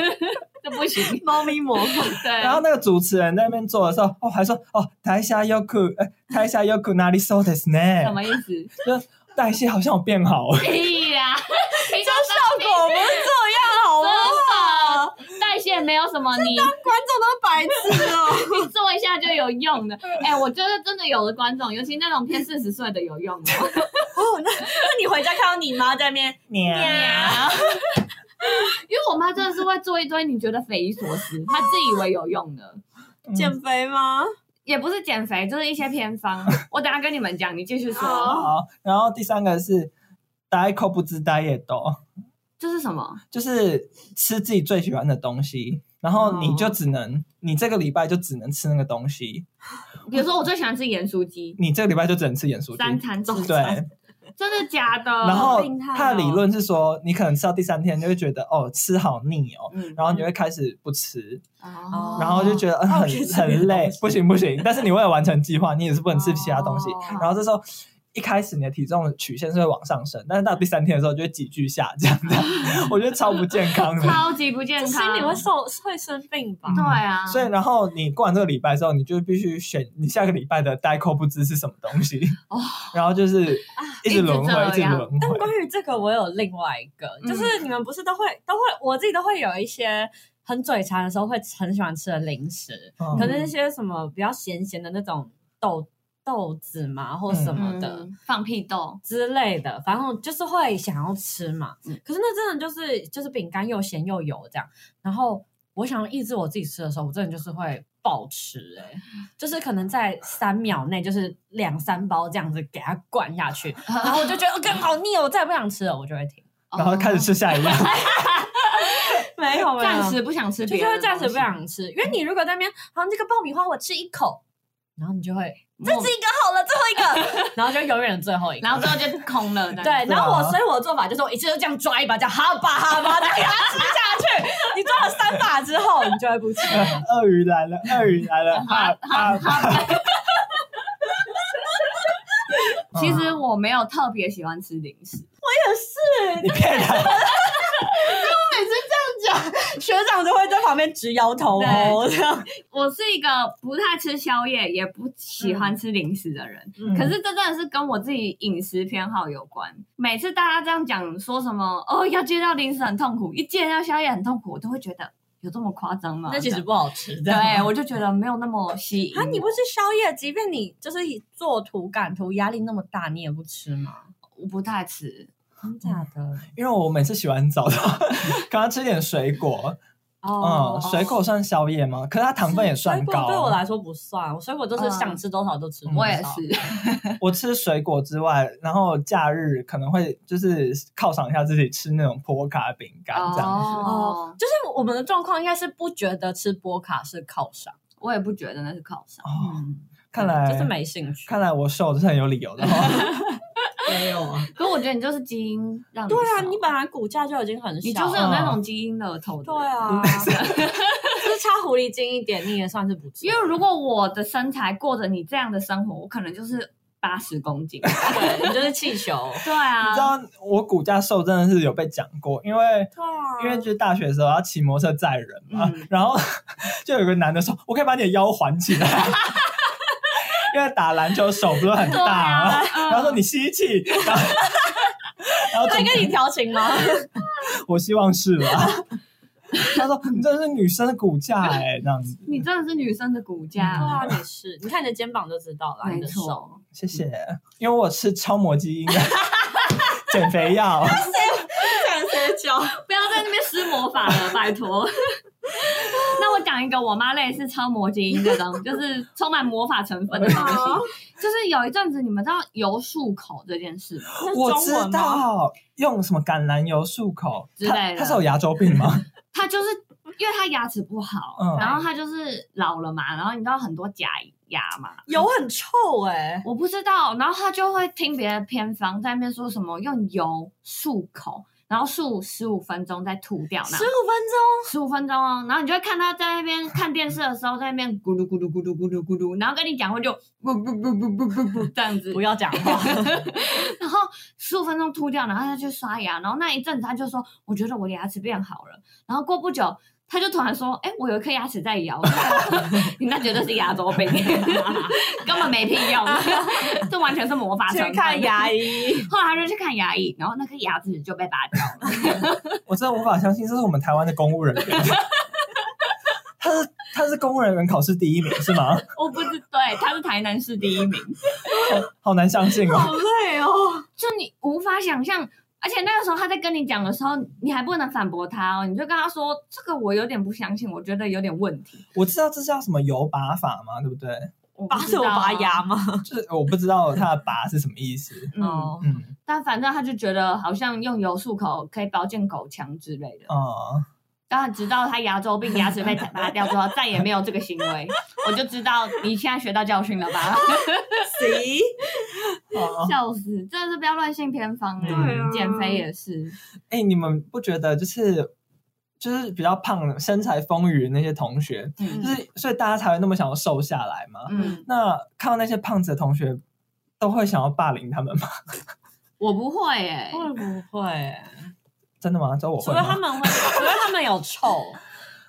Speaker 4: 这不行。
Speaker 1: 猫咪 模仿，
Speaker 4: 对，
Speaker 3: 然后那个主持人在那边做的时候，哦，还说哦，台下优酷，呃，台下优酷哪里そうです
Speaker 4: 什
Speaker 3: ね？
Speaker 4: 么意思？
Speaker 3: 代谢好像有变好哦。
Speaker 4: 屁呀！平
Speaker 1: 就
Speaker 4: 常
Speaker 1: 效果不是这样，好吗？
Speaker 4: 真的代谢没有什么，你
Speaker 1: 观众都白痴哦，
Speaker 4: 你做一下就有用的。哎、我觉得真的有的观众，尤其那种偏四十岁的有 用哦。
Speaker 1: 哦，那那你回家看到你妈在那边
Speaker 3: 喵
Speaker 4: 因为我妈真的是会做一堆你觉得匪夷所思，她自以为有用的，
Speaker 1: 减肥吗？
Speaker 4: 也不是减肥，就是一些偏方。我等一下跟你们讲，你继续说。
Speaker 1: 好
Speaker 3: 好，然后第三个是 “daiko 不知 diet”，哦
Speaker 4: 这是什么？
Speaker 3: 就是吃自己最喜欢的东西，然后你就只能，
Speaker 4: 哦
Speaker 3: 你这个礼拜就只能吃那个东西，
Speaker 4: 比如说我最喜欢吃盐酥鸡，
Speaker 3: 你这个礼拜就只能吃盐酥
Speaker 4: 三
Speaker 3: 鸡。
Speaker 4: 餐中
Speaker 3: 对，
Speaker 4: 真的假的？
Speaker 3: 然
Speaker 1: 好
Speaker 3: 后
Speaker 1: 病态哦
Speaker 3: 他的理论是说，你可能吃到第三天就会觉得哦，吃好腻哦，
Speaker 4: 嗯
Speaker 3: 然后你就会开始不吃，
Speaker 4: 哦
Speaker 3: 然后就觉得、嗯、
Speaker 1: 哦
Speaker 3: 很
Speaker 1: 可以吃别的
Speaker 3: 很累
Speaker 1: 东西，
Speaker 3: 不行不行。但是你为了完成计划，你也是不能吃其他东西。
Speaker 4: 哦
Speaker 3: 然后这时候一开始你的体重曲线是会往上升，但是到第三天的时候就会急剧下降，这样我觉得超不健康的。
Speaker 4: 超级不健康，
Speaker 1: 心里会受会生病吧？
Speaker 4: 对啊，
Speaker 3: 所以，然后你过完这个礼拜之后，你就必须选你下个礼拜的代扣，不知是什么东西，
Speaker 4: 哦啊
Speaker 3: 然后就是一直轮回，
Speaker 4: 一直
Speaker 3: 一
Speaker 4: 这
Speaker 3: 直
Speaker 4: 样
Speaker 3: 轮回
Speaker 1: 但。关于这个，我有另外一个，
Speaker 4: 嗯
Speaker 1: 就是你们不是都会都会，我自己都会有一些很嘴馋的时候会很喜欢吃的零食，
Speaker 3: 嗯
Speaker 1: 可能一些什么比较咸咸的那种豆豆子嘛，或什么的。
Speaker 4: 嗯放屁豆，
Speaker 1: 之类的，反正就是会想要吃嘛。
Speaker 4: 嗯
Speaker 1: 可是那真的就是就是饼干又咸又油这样。然后我想抑制我自己吃的时候，我真的就是会暴吃哎、就是可能在三秒内就是两三包这样子给它灌下去，然后我就觉得更好腻哦，我再也不想吃了，我就会停。
Speaker 4: 哦
Speaker 3: 然后开始吃下一样，
Speaker 1: 没有没有，
Speaker 4: 暂时不想吃
Speaker 1: 啊就
Speaker 4: 别
Speaker 1: 是
Speaker 4: 的东西，
Speaker 1: 会暂时不想吃，因为你如果在那边，好，这个爆米花我吃一口，然后你就会再
Speaker 4: 默，
Speaker 1: 吃一个好了，最后一个， 然后就永远最后一
Speaker 4: 嗯
Speaker 1: 个，
Speaker 4: 然后最后就空了。这样
Speaker 1: 对，然后
Speaker 3: 对
Speaker 1: 我
Speaker 3: 啊
Speaker 1: 所以我的做法就是我一次就这样抓一把，这样哈巴哈巴的给它吃下去。你抓了三把之后，你就会不吃。
Speaker 3: 鳄鱼来了，鳄鱼来了，哈哈哈！嗯
Speaker 4: 其实我没有特别喜欢吃零食，
Speaker 3: 你骗人，
Speaker 1: 学长就会在旁边直摇头哦，这样。
Speaker 4: 我是一个不太吃宵夜，也不喜欢吃零食的人。
Speaker 1: 嗯
Speaker 4: 可是这真的是跟我自己饮食偏好有关。每次大家这样讲说什么哦，要戒掉零食很痛苦，一戒掉宵夜很痛苦，我都会觉得有这么夸张吗？
Speaker 1: 那其实不好吃
Speaker 4: 对
Speaker 1: 的。啊，
Speaker 4: 我就觉得没有那么吸引我。
Speaker 1: 你不吃宵夜，即便你就是做图赶图压力那么大，你也不吃吗？
Speaker 4: 我不太吃，
Speaker 1: 真假的？
Speaker 3: 因为我每次洗完澡都 刚刚吃点水果，嗯，水果算宵夜吗？可是它糖分也算
Speaker 1: 哦水果
Speaker 3: 高。啊
Speaker 1: 对我来说不算，我水果就是
Speaker 4: 嗯
Speaker 1: 想吃多少就吃多少。
Speaker 4: 我也是。
Speaker 3: 我吃水果之外，然后假日可能会就是犒赏一下自己，吃那种波卡饼干这样。
Speaker 1: 哦
Speaker 4: 哦，，
Speaker 1: 就是我们的状况应该是不觉得吃波卡是犒赏，
Speaker 4: 我也不觉得那是犒赏。
Speaker 3: 哦，
Speaker 1: 嗯，
Speaker 3: 看来
Speaker 1: 就是没兴趣。
Speaker 3: 看来我瘦是很有理由 的、哦。
Speaker 1: 没有啊。
Speaker 4: 可我觉得你就是基因让你
Speaker 1: 对啊，
Speaker 4: 瘦
Speaker 1: 你本来骨架就已经很小，啊
Speaker 4: 你就是有那种基因的头的人。
Speaker 1: 对啊，超狐狸精一点，你也算是不错。
Speaker 4: 因为如果我的身材过着你这样的生活，我可能就是八十公斤。
Speaker 1: 对你就是气球，
Speaker 4: 对
Speaker 3: 你知
Speaker 4: 啊，
Speaker 3: 道我骨架瘦真的是有被讲过，因为
Speaker 1: 啊嗯
Speaker 3: 因为就是大学的时候要骑摩托车载人嘛，
Speaker 4: 嗯
Speaker 3: 然后 就有个男的说：“我可以把你的腰环起来。” 因为打篮球手不是很
Speaker 4: 对
Speaker 3: 大
Speaker 4: 啊
Speaker 3: 吗？，
Speaker 4: 嗯
Speaker 3: 然后说你吸气，然后然后
Speaker 1: 他
Speaker 3: 整
Speaker 1: 跟你调情吗？
Speaker 3: 我希望是吧？ 他说你真的是女生的骨架哎、这样子，
Speaker 4: 你真的是女生的骨
Speaker 1: 对
Speaker 4: 架，
Speaker 1: 啊，你是，你看你的肩膀就知道了，你
Speaker 4: 没
Speaker 1: 的 手。
Speaker 4: 错。
Speaker 3: 谢谢，因为我吃超模基因的减肥药。
Speaker 1: 看谁脚，
Speaker 4: 不要在那边施魔法了，拜托。那我讲一个我妈类似超魔精英的东西，就是充满魔法成分的东西。就是有一阵子，你们知道油漱口这件事吗？
Speaker 3: 我
Speaker 1: 那是
Speaker 3: 知
Speaker 1: 中文吗？
Speaker 3: 道用什么橄榄油漱口
Speaker 4: 之
Speaker 3: 他
Speaker 4: 类的
Speaker 3: 他是有牙周病吗？
Speaker 4: 她就是因为她牙齿不好，
Speaker 3: 嗯
Speaker 4: 然后她就是老了嘛，然后你知道很多假牙嘛，
Speaker 1: 油很臭哎、
Speaker 4: 我不知道，然后她就会听别的偏方在那边说什么用油漱口，然后漱十五分钟再吐掉，那
Speaker 1: 十五分钟，
Speaker 4: 十五分钟哦，然后你就会看他在那边 看电视的时候，在那边咕噜咕噜咕噜咕噜咕噜，然后跟你讲话就不不不不不不 不这样子，
Speaker 1: 不要讲 话，
Speaker 4: 然后十五分钟吐掉，然后他去刷牙，然后那一阵子他就说，我觉得我的牙齿变好了，然后过不久他就突然说，哎，我有一颗牙齿在摇， 你那绝对是牙周病， 根本没屁用， 这完全是魔法成分。
Speaker 1: 医。
Speaker 4: 后来他就去看牙医，然后那颗牙齿就被拔掉了。
Speaker 3: 我真的无法相信，这是我们台湾的公务人员。 他是他是公务人员考试第一名是吗？
Speaker 4: 我不知对，他是台南市第一名。
Speaker 3: 好难相信哦。
Speaker 1: 好累哦，
Speaker 4: 就你无法想象。而且那个时候他在跟你讲的时候，你还不能反驳他哦，你就跟他说：“这个我有点不相信，我觉得有点问题。
Speaker 3: 我知道这叫什么油拔法嘛，对不对？
Speaker 4: 我不
Speaker 1: 拔
Speaker 4: 知
Speaker 1: 是
Speaker 4: 道
Speaker 1: 我
Speaker 4: 啊”
Speaker 1: 拔牙吗？
Speaker 3: 就是我不知道他的拔是什么意思。
Speaker 4: 嗯，
Speaker 3: 嗯
Speaker 4: 但反正他就觉得好像用油漱口可以保健口腔之类的。
Speaker 3: 哦，
Speaker 4: 然后直到他牙周病、牙齿被拔掉之后，再也没有这个行为。我就知道你现在学到教训了吧？
Speaker 1: 谁？
Speaker 3: 哦
Speaker 4: 笑死，真的是不要乱信偏方哎、
Speaker 3: 对
Speaker 1: 啊
Speaker 4: 减肥也是，
Speaker 3: 哎、你们不觉得就是就是比较胖的、身材丰腴的那些同学，
Speaker 4: 嗯
Speaker 3: 就是所以大家才会那么想要瘦下来吗？
Speaker 4: 嗯，
Speaker 3: 那看到那些胖子的同学，都会想要霸凌他们吗？
Speaker 4: 我不会哎、
Speaker 1: 会不会？
Speaker 3: 真的吗？只有我
Speaker 1: 除
Speaker 3: 会
Speaker 1: 非他
Speaker 3: 吗？
Speaker 1: 们会，除非他们有臭，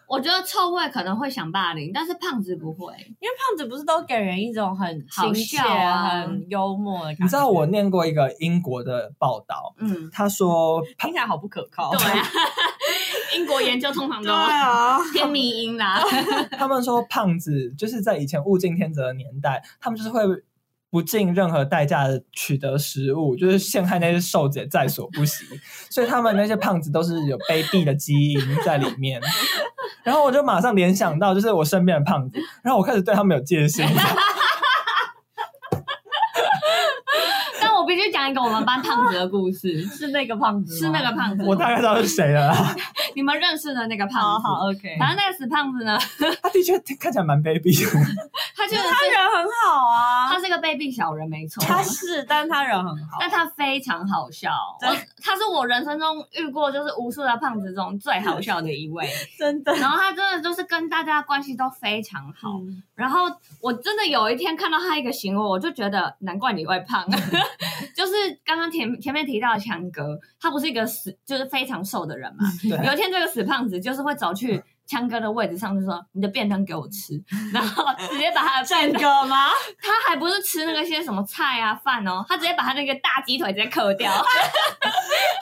Speaker 4: 我觉得臭味可能会想霸凌，但是胖子不会。
Speaker 1: 因为胖子不是都给人一种很亲切、
Speaker 4: 好笑啊
Speaker 1: 很幽默的感觉。
Speaker 3: 你知道我念过一个英国的报道，
Speaker 4: 嗯，
Speaker 3: 他说胖
Speaker 1: 听起来好不可靠。
Speaker 4: 对啊， 英国研究通常都
Speaker 1: 啊，
Speaker 4: 偏迷因啦。
Speaker 3: 他们说胖子就是在以前物竞天择的年代，他们就是会不计任何代价的取得食物，就是陷害那些瘦子也在所不惜。所以他们那些胖子都是有卑鄙的基因在里面。然后我就马上联想到，就是我身边的胖子，然后我开始对他们有戒心。
Speaker 4: 但我必须讲一个我们班胖子的故 事，
Speaker 1: 是那个胖子，
Speaker 4: 是那个。胖子，
Speaker 3: 我大概知道是谁了啦，
Speaker 4: 你们认识的那个
Speaker 1: 好
Speaker 4: 胖子。
Speaker 1: 好，OK。
Speaker 4: 反正那个死胖子呢，
Speaker 3: 他的确看起来蛮卑鄙的。
Speaker 4: 他就是
Speaker 1: 他人很好啊，
Speaker 4: 他是个卑鄙小人，没错。
Speaker 1: 他是，但他人很好。
Speaker 4: 但他非常好笑，我
Speaker 1: 真
Speaker 4: 他是我人生中遇过就是无数的胖子中最好笑的一 位，
Speaker 1: 真的。
Speaker 4: 然后他真的就是跟大家关系都非常好，
Speaker 1: 嗯
Speaker 4: 然后我真的有一天看到他一个行为，我就觉得难怪你会胖，就是刚刚前前面提到的强哥，他不是一个死就是非常瘦的人嘛。
Speaker 3: 对，
Speaker 4: 有一天这个死胖子就是会走去强哥的位置上，就说你的便当给我吃，然后直接把他的便
Speaker 1: 整
Speaker 4: 当，
Speaker 1: 个吗？
Speaker 4: 他还不是吃那个些什么菜啊饭哦，他直接把他那个大鸡腿直接嗑掉，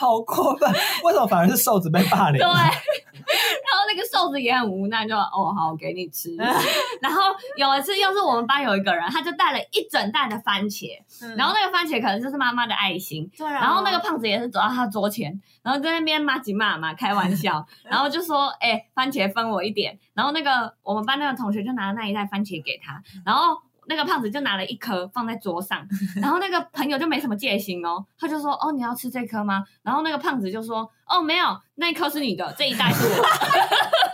Speaker 3: 好过分！为什么反而是瘦子被霸凌？
Speaker 4: 对，啊然后那个瘦子也很无奈，就哦好，我给你吃。然后有一次，又是我们班有一个人，他就带了一整袋的番茄，然后那个番茄可能就是妈妈的爱心，
Speaker 1: 嗯对啊，
Speaker 4: 然后那个胖子也是走到他桌前，然后在那边骂几骂嘛，开玩 笑，然后就说：“哎、番茄分我一点。”然后那个我们班那个同学就拿了那一袋番茄给他，然后那个胖子就拿了一颗放在桌 上，然后那个朋友就没什么戒心哦，他就说：“哦，你要吃这颗吗？”然后那个胖子就说：“哦，没有，那一颗是你的，这一袋是我的。”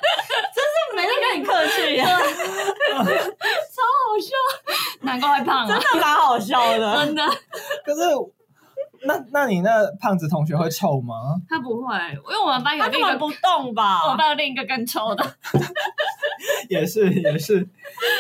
Speaker 1: 没在跟你客气耶，
Speaker 4: 好笑，难怪会胖啊，
Speaker 1: 真的蛮好笑的。
Speaker 4: 真的。
Speaker 3: 可是那那你那胖子同学会臭吗？
Speaker 4: 他不会，因为我们班有
Speaker 1: 他
Speaker 4: 另
Speaker 1: 根
Speaker 4: 一
Speaker 1: 本
Speaker 4: 个，
Speaker 1: 不啊动
Speaker 4: 我们
Speaker 1: 吧？
Speaker 4: 班有另一个更臭的，
Speaker 3: 也是也是，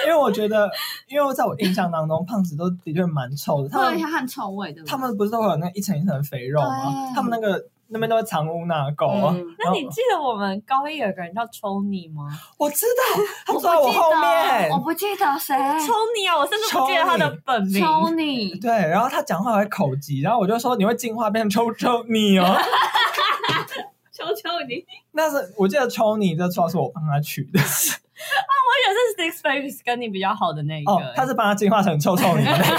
Speaker 3: 因为我觉得，因为在我印象当中，胖子都的确蛮臭的。他
Speaker 4: 对，
Speaker 3: 们
Speaker 4: 他汗臭味，对不对？
Speaker 3: 他们不是都会有那一层一层的肥肉吗？
Speaker 4: 对
Speaker 3: 他们那个那边都会藏污纳垢啊。
Speaker 4: 嗯
Speaker 1: 那你记得我们高一有个人叫 Tony 吗
Speaker 3: 我知道，他
Speaker 4: 我
Speaker 3: 坐
Speaker 4: 不
Speaker 3: 在我后面
Speaker 4: 记得，哦我不记得谁
Speaker 1: ？Tony 啊，我甚至不记得他的本名。
Speaker 4: Tony，
Speaker 3: 对，然后他讲话还口急，然后我就说你会进化变成抽抽你哦。
Speaker 4: 求求你，
Speaker 3: 那是我记得抽你这绰号是我帮他取的
Speaker 1: 我也是 Six Babies 跟你比较好的那一个、
Speaker 3: 哦，他是帮他进化成臭臭你的那个。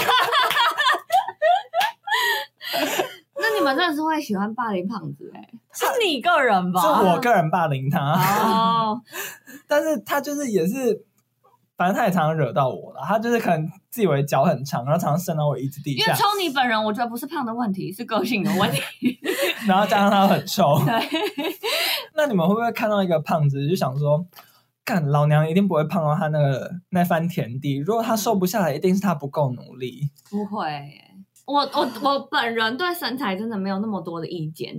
Speaker 4: 那你们真的是会喜欢霸凌胖子哎、
Speaker 1: 是你个人吧？啊
Speaker 3: 是我个人霸 凌他，
Speaker 4: 哦，
Speaker 3: 但是他就是也是，反正他也常常惹到我了。他就是可能自以为脚很长，然后常常伸到我椅子底
Speaker 4: 因为
Speaker 3: 下，
Speaker 4: Tony 本人我觉得不是胖的问题，是个性的问 题。
Speaker 3: 然后加上他很臭。
Speaker 4: 对，
Speaker 3: 那你们会不会看到一个胖子就想说，干老娘一定不会胖到他那个那番田地？如果他瘦
Speaker 4: 嗯
Speaker 3: 不下来，一定是他不够努力。
Speaker 4: 不会欸、我我我本人对身材真的没有那么多的意见，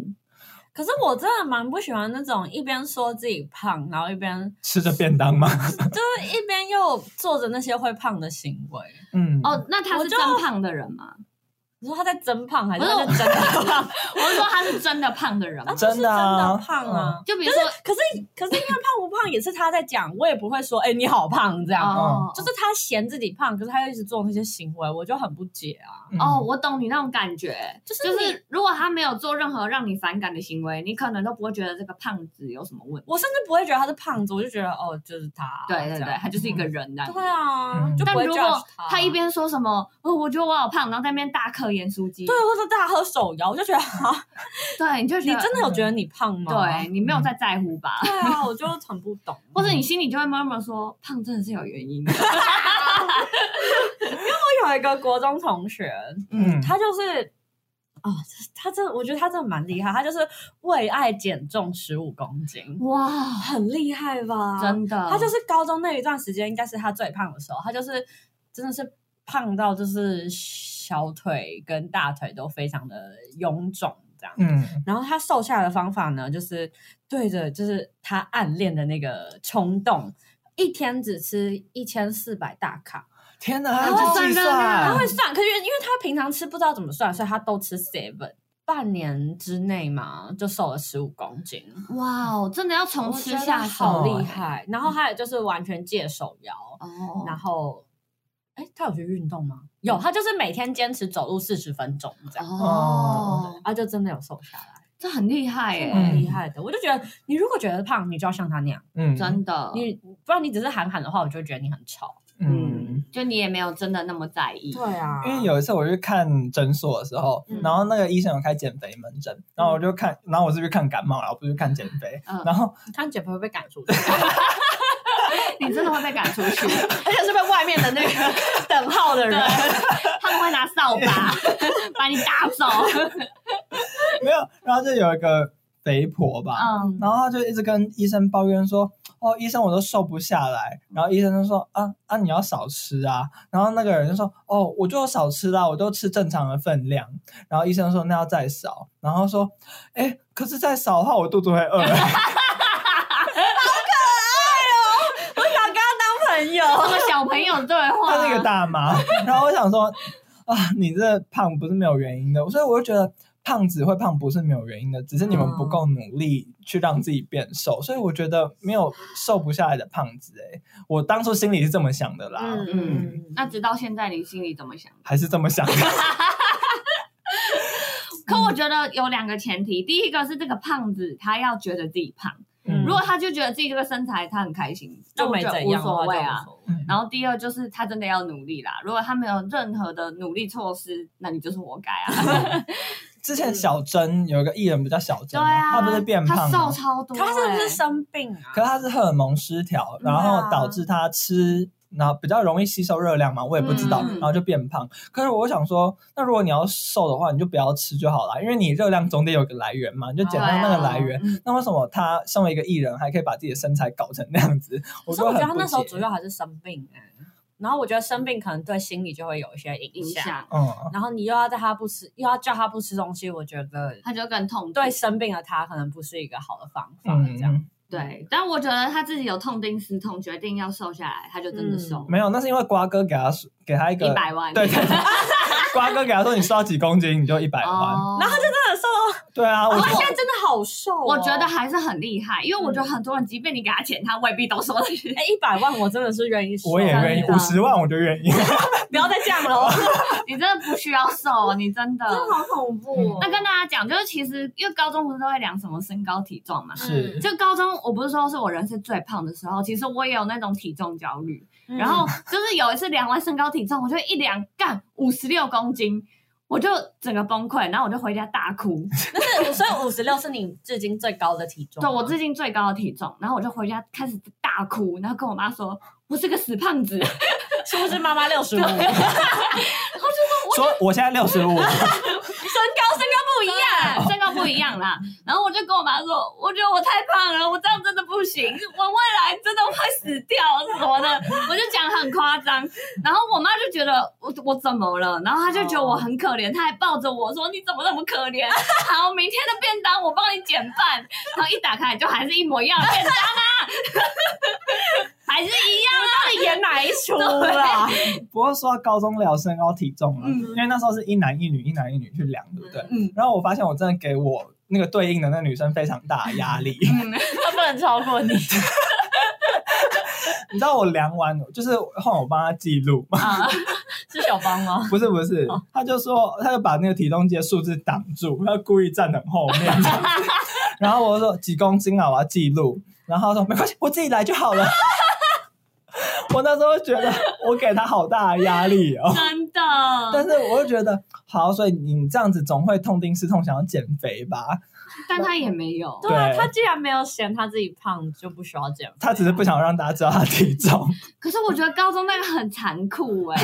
Speaker 1: 可是我真的蛮不喜欢那种一边说自己胖，然后一边
Speaker 3: 吃着便当吗？
Speaker 1: 就是一边又做着那些会胖的行为。
Speaker 3: 嗯，
Speaker 4: 哦，那他
Speaker 1: 我
Speaker 4: 是
Speaker 1: 就
Speaker 4: 真胖的人吗？
Speaker 1: 你说他在增胖还是
Speaker 4: 不是
Speaker 1: 他在真的胖？
Speaker 4: 我是说他是真的胖的 嗯人吗
Speaker 1: 他就
Speaker 3: 真
Speaker 1: 是真
Speaker 3: 的啊
Speaker 1: 的胖啊！
Speaker 4: 就比如说，
Speaker 1: 可是可是因为胖不胖也是他在讲，我也不会说哎、你好胖这样。
Speaker 4: 哦，
Speaker 1: 就是他嫌自己胖，可是他又一直做那些行为，我就很不解啊。
Speaker 3: 嗯
Speaker 4: 哦，，我懂你那种感觉，
Speaker 1: 就是
Speaker 4: 就
Speaker 1: 你
Speaker 4: 是如果他没有做任何让你反感的行为，你可能都不会觉得这个胖子有什么问题。
Speaker 1: 我甚至不会觉得他是胖子，我就觉得哦，就是他啊。
Speaker 4: 对对
Speaker 1: 这
Speaker 4: 对，
Speaker 1: 样嗯
Speaker 4: 他就是一个人的。
Speaker 1: 对啊，
Speaker 3: 嗯
Speaker 1: 就不
Speaker 4: 但
Speaker 1: 会
Speaker 4: 如
Speaker 1: judge
Speaker 4: 果
Speaker 1: 他啊
Speaker 4: 他一边说什么“哦，我觉得我好胖”，然后在那边大嗑盐酥鸡，
Speaker 1: 对，或者大喝手摇，我就觉得 啊，
Speaker 4: 对，你就
Speaker 1: 你
Speaker 4: 觉得
Speaker 1: 真的有觉得你胖吗？嗯
Speaker 4: 对你没有在在乎吧？
Speaker 1: 对啊， 我就很不懂。
Speaker 4: 或者你心里就会默默说，胖真的是有原因 的。
Speaker 1: 我有一个国中同学，
Speaker 3: 嗯
Speaker 1: 他就是。哦，他真的，我觉得他真的蛮厉害，他就是为爱减重十五公斤，
Speaker 4: 哇，
Speaker 1: 很厉害 吧？
Speaker 4: 真的，
Speaker 1: 他就是高中那一段时间，应该是他最胖的时候，他就是真的是胖到就是小腿跟大腿都非常的臃肿这样。
Speaker 3: 嗯，
Speaker 1: 然后他瘦下来的方法呢，就是对着就是他暗恋的那个冲动，一天只吃一千四百大卡，
Speaker 3: 天哪，
Speaker 4: 然后
Speaker 3: 他
Speaker 4: 算
Speaker 3: 计
Speaker 4: 热量
Speaker 1: 他
Speaker 3: 算
Speaker 1: 会，算，可是因为因为他平常吃不知道怎么算，所以他都吃 seven。半年之内嘛，就瘦了十五公斤，
Speaker 4: 哇哦，真的要从
Speaker 1: 我
Speaker 4: 吃
Speaker 1: 觉得
Speaker 4: 下手，
Speaker 1: 好厉
Speaker 4: 欸。
Speaker 1: 害。然后还有就是完全戒手摇，
Speaker 4: 哦，
Speaker 1: 然后，哎，他有去运动吗？有，他就是每天坚持走路四十分钟这样，
Speaker 4: 哦，
Speaker 1: 啊，就真的有瘦下来，
Speaker 4: 这很厉害欸耶、
Speaker 3: 嗯
Speaker 1: 很厉害的。我就觉得，你如果觉得胖，你就要像他那样，
Speaker 3: 嗯，
Speaker 4: 真的，
Speaker 1: 你不然你只是喊喊的话，我就会觉得你很吵。
Speaker 3: 嗯
Speaker 4: 嗯，，就你也没有真的那么在意。
Speaker 1: 啊
Speaker 3: 因为有一次我去看诊所的时候，
Speaker 4: 嗯
Speaker 3: 然后那个医生有开减肥门诊，然后我就看，然后我是去看感冒，然后不是去看减肥，
Speaker 4: 嗯
Speaker 3: 然后
Speaker 1: 看姐夫会被赶出去，
Speaker 4: 你真的会被赶出去，
Speaker 1: 而且是被外面的那个等号的人。
Speaker 4: 他们会拿扫把把你打走。
Speaker 3: 没有，然后就有一个肥婆吧，
Speaker 4: 嗯，
Speaker 3: 然后他就一直跟医生抱怨说：“哦，医生，我都瘦不下来。”然后医生就说：“啊啊，你要少吃啊。”然后那个人就说：“哦，我就少吃啦、我都吃正常的分量。”然后医生说：“那要再少。”然后说：“哎，可是再少的话，我肚子会饿。
Speaker 1: 我想跟他当朋友，
Speaker 4: 这么小朋友对”话，
Speaker 3: 她是一个大妈。 然后我想说：“啊，你这胖不是没有原因的。”所以我就觉得。胖子会胖不是没有原因的，只是你们不够努力去让自己变瘦，所以我觉得没有瘦不下来的胖子、欸，我当初心里是这么想的啦。
Speaker 4: 嗯，那直到现在你心里怎么想？
Speaker 3: 还是这么想的。
Speaker 4: 可我觉得有两个前提，第一个是这个胖子他要觉得自己胖，
Speaker 1: 嗯
Speaker 4: 如果他就觉得自己这个身材他很开心，那
Speaker 1: 就
Speaker 4: 我
Speaker 1: 没
Speaker 4: 觉得
Speaker 1: 怎
Speaker 4: 无
Speaker 1: 样，
Speaker 4: 所谓啊。
Speaker 1: 就无所
Speaker 3: 嗯
Speaker 1: 谓
Speaker 4: 然后第二就是他真的要努力啦，如果他没有任何的努力措施，那你就是活该 啊。
Speaker 3: 之前小珍有一个艺人不叫小
Speaker 4: 嗯对
Speaker 3: 珍吗？
Speaker 4: 啊，
Speaker 3: 她不是变
Speaker 4: 他
Speaker 3: 胖
Speaker 4: 瘦
Speaker 3: 吗？
Speaker 4: 超多欸、
Speaker 1: 他是不是生病啊？
Speaker 3: 可是她是荷尔蒙失调，然后导致她吃。然后比较容易吸收热量嘛，我也不知道，
Speaker 4: 嗯
Speaker 3: 然后就变胖。可是我想说，那如果你要瘦的话，你就不要吃就好了，因为你热量总得有个来源嘛，你就
Speaker 4: 对
Speaker 3: 减到
Speaker 4: 啊
Speaker 3: 那个来源。
Speaker 4: 嗯
Speaker 3: 那为什么她身为一个艺人，还可以把自己的身材搞成那样子？
Speaker 1: 可
Speaker 3: 我
Speaker 1: 是
Speaker 3: 就
Speaker 1: 我觉
Speaker 3: 很
Speaker 1: 得他
Speaker 3: 不
Speaker 1: 那时候
Speaker 3: 解
Speaker 1: 主。要还是生病哎、然后我觉得生病可能对心理就会有一些影
Speaker 4: 影响，
Speaker 3: 嗯，
Speaker 1: 然后你又要在他不吃，又要叫他不吃东西，我觉得
Speaker 4: 他就更痛苦。
Speaker 1: 对生病的他可能不是一个好的方法。
Speaker 3: 嗯
Speaker 1: 这样，
Speaker 4: 对，但我觉得他自己有痛定思痛，决定要瘦下来，他就真的瘦
Speaker 3: 嗯没有，那是因为瓜哥给他给他一个
Speaker 4: 一百万。
Speaker 3: 对对对瓜哥给他说你瘦到几公斤你就一百万，
Speaker 4: 哦，
Speaker 1: 然后他就真的瘦了，
Speaker 3: 对啊，我
Speaker 1: 他
Speaker 3: 觉得
Speaker 1: 现在真的好瘦哦、
Speaker 4: 我觉得还是很厉害，因为我觉得很多人，即便你给他钱，他未必都瘦得起。
Speaker 1: 哎，一百万我真的是愿意收，
Speaker 3: 我也愿意，
Speaker 1: 真的
Speaker 3: 五十万我就愿意。
Speaker 1: 不要再这样 了，
Speaker 4: 你真的不需要瘦，哦你真的。
Speaker 1: 真的好恐怖、哦。
Speaker 4: 那跟大家讲，就是其实因为高中不是都会量什么身高体重嘛，
Speaker 3: 是
Speaker 4: 就高中我不是说是我人生最胖的时候，其实我也有那种体重焦虑。
Speaker 1: 嗯
Speaker 4: 然后就是有一次量完身高体重，我就一量干五十六公斤，我就整个崩溃，然后我就回家大哭。
Speaker 1: 但是所以五十六是你至今最高的体重
Speaker 4: 对
Speaker 1: 吗，
Speaker 4: 我至今最高的体重，然后我就回家开始大哭，然后跟我妈说。我是个死胖子，
Speaker 1: 是不是妈妈六十五？身高身高
Speaker 3: 说我现在六十五，
Speaker 1: 不一样，
Speaker 4: 对身高不一样啦。然后我就跟我妈说，我觉得我太胖了，我这样真的不行，我未来真的会死掉什么的，我就讲得很夸张。然后我妈就觉得我我怎么了？然后她就觉得我很可怜，她还抱着我说你怎么那么可怜？ 好，明天的便当我帮你减半。然后一打开就还是一模一样的便当啊， 还是一样啊。
Speaker 1: 到底演哪一 出啦？
Speaker 3: 不过说到高中聊身高体重了，啊
Speaker 4: 嗯
Speaker 3: 因为那时候是一男一女，一男一女去量，对不对？
Speaker 4: 嗯
Speaker 3: 然后我发现我真的给我那个对应的那女生非常大的压 力。
Speaker 4: 嗯，
Speaker 1: 他不能超过你，
Speaker 3: 你知道我量完，就是后来我帮她记录，
Speaker 4: 啊，
Speaker 1: 是小芳 吗？
Speaker 3: 不是不是，
Speaker 4: 哦
Speaker 3: 她就说她就把那个体重机的数字挡住，她故意站很后面。 这样子然后我说几公斤啊，我要记录。然后她说没关系，我自己来就好 了。我那时候觉得我给她好大的压力哦。
Speaker 4: 真的。
Speaker 3: 但是我又觉得，好，所以你这样子总会痛定思痛，想要减肥吧？
Speaker 4: 但他也没有。
Speaker 1: 对啊，
Speaker 3: 对
Speaker 1: 他既然没有嫌他自己胖，就不需要减肥。
Speaker 3: 他只是不想让大家知道他体重，
Speaker 4: 可是我觉得高中那个很残酷哎、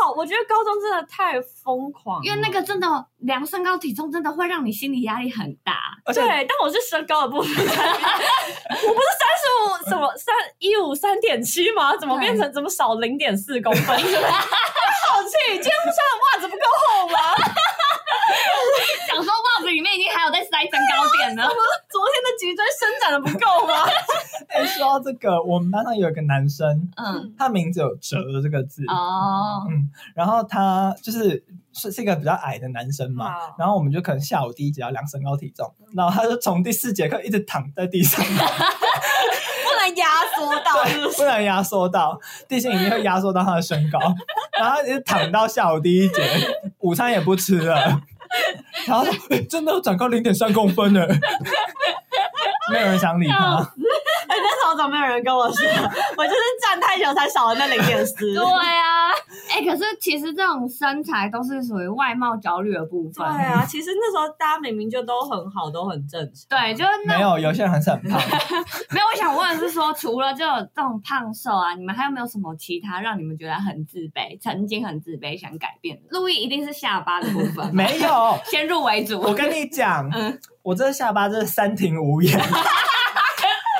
Speaker 1: 好，我觉得高中真的太疯狂了，
Speaker 4: 因为那个真的量身高体重真的会让你心理压力很大。
Speaker 3: 而且
Speaker 1: 对，但我是身高的部分，我 不是三十五，什么三一五三点七吗？怎么变成怎么少零点四公分？ 好气，今天不穿的袜子不够厚吗？
Speaker 4: 想说袜子里面已经还有在塞增高点 了，
Speaker 1: 昨天的脊椎伸展的不够吗？
Speaker 3: 哎、说到这个，我们班上有一个男生，
Speaker 4: 嗯，
Speaker 3: 他名字有“哲”这个字，
Speaker 4: 哦，
Speaker 3: 嗯，然后他就是是是一个比较矮的男生嘛
Speaker 1: 好，
Speaker 3: 然后我们就可能下午第一节要量身高体重，然后他就从第四节课一直躺在地 上，
Speaker 1: 不能压缩到是不
Speaker 3: 对，
Speaker 1: 是
Speaker 3: 不能压缩到地心引力会压缩到他的 身高，然后他一直躺到下午第一节，午餐也不吃 了，然后他说、欸真的有长高零点三公分呢， 没有人想理
Speaker 4: 哦
Speaker 3: 他，
Speaker 1: 哎、那时候怎么没有人跟我说？ 我就是站太久才少了那零 点四。
Speaker 4: 对啊，哎、可是其实这种身材都是属于外貌焦虑的部
Speaker 1: 对
Speaker 4: 分。
Speaker 1: 啊，其实那时候大家明明就都很好，都很正常。
Speaker 4: 对，就是那
Speaker 3: 没有，有些人还是 很胖，
Speaker 4: 没有。我想问的是说，除了这种这种胖瘦啊，你们还有没有什么其他让你们觉得很自卑，曾经很自卑想改变的？路易一定是下巴的部分，
Speaker 3: 没有，
Speaker 4: 先入为主。
Speaker 3: 我跟你讲，
Speaker 4: 嗯
Speaker 3: 我这下巴真是三庭 五眼，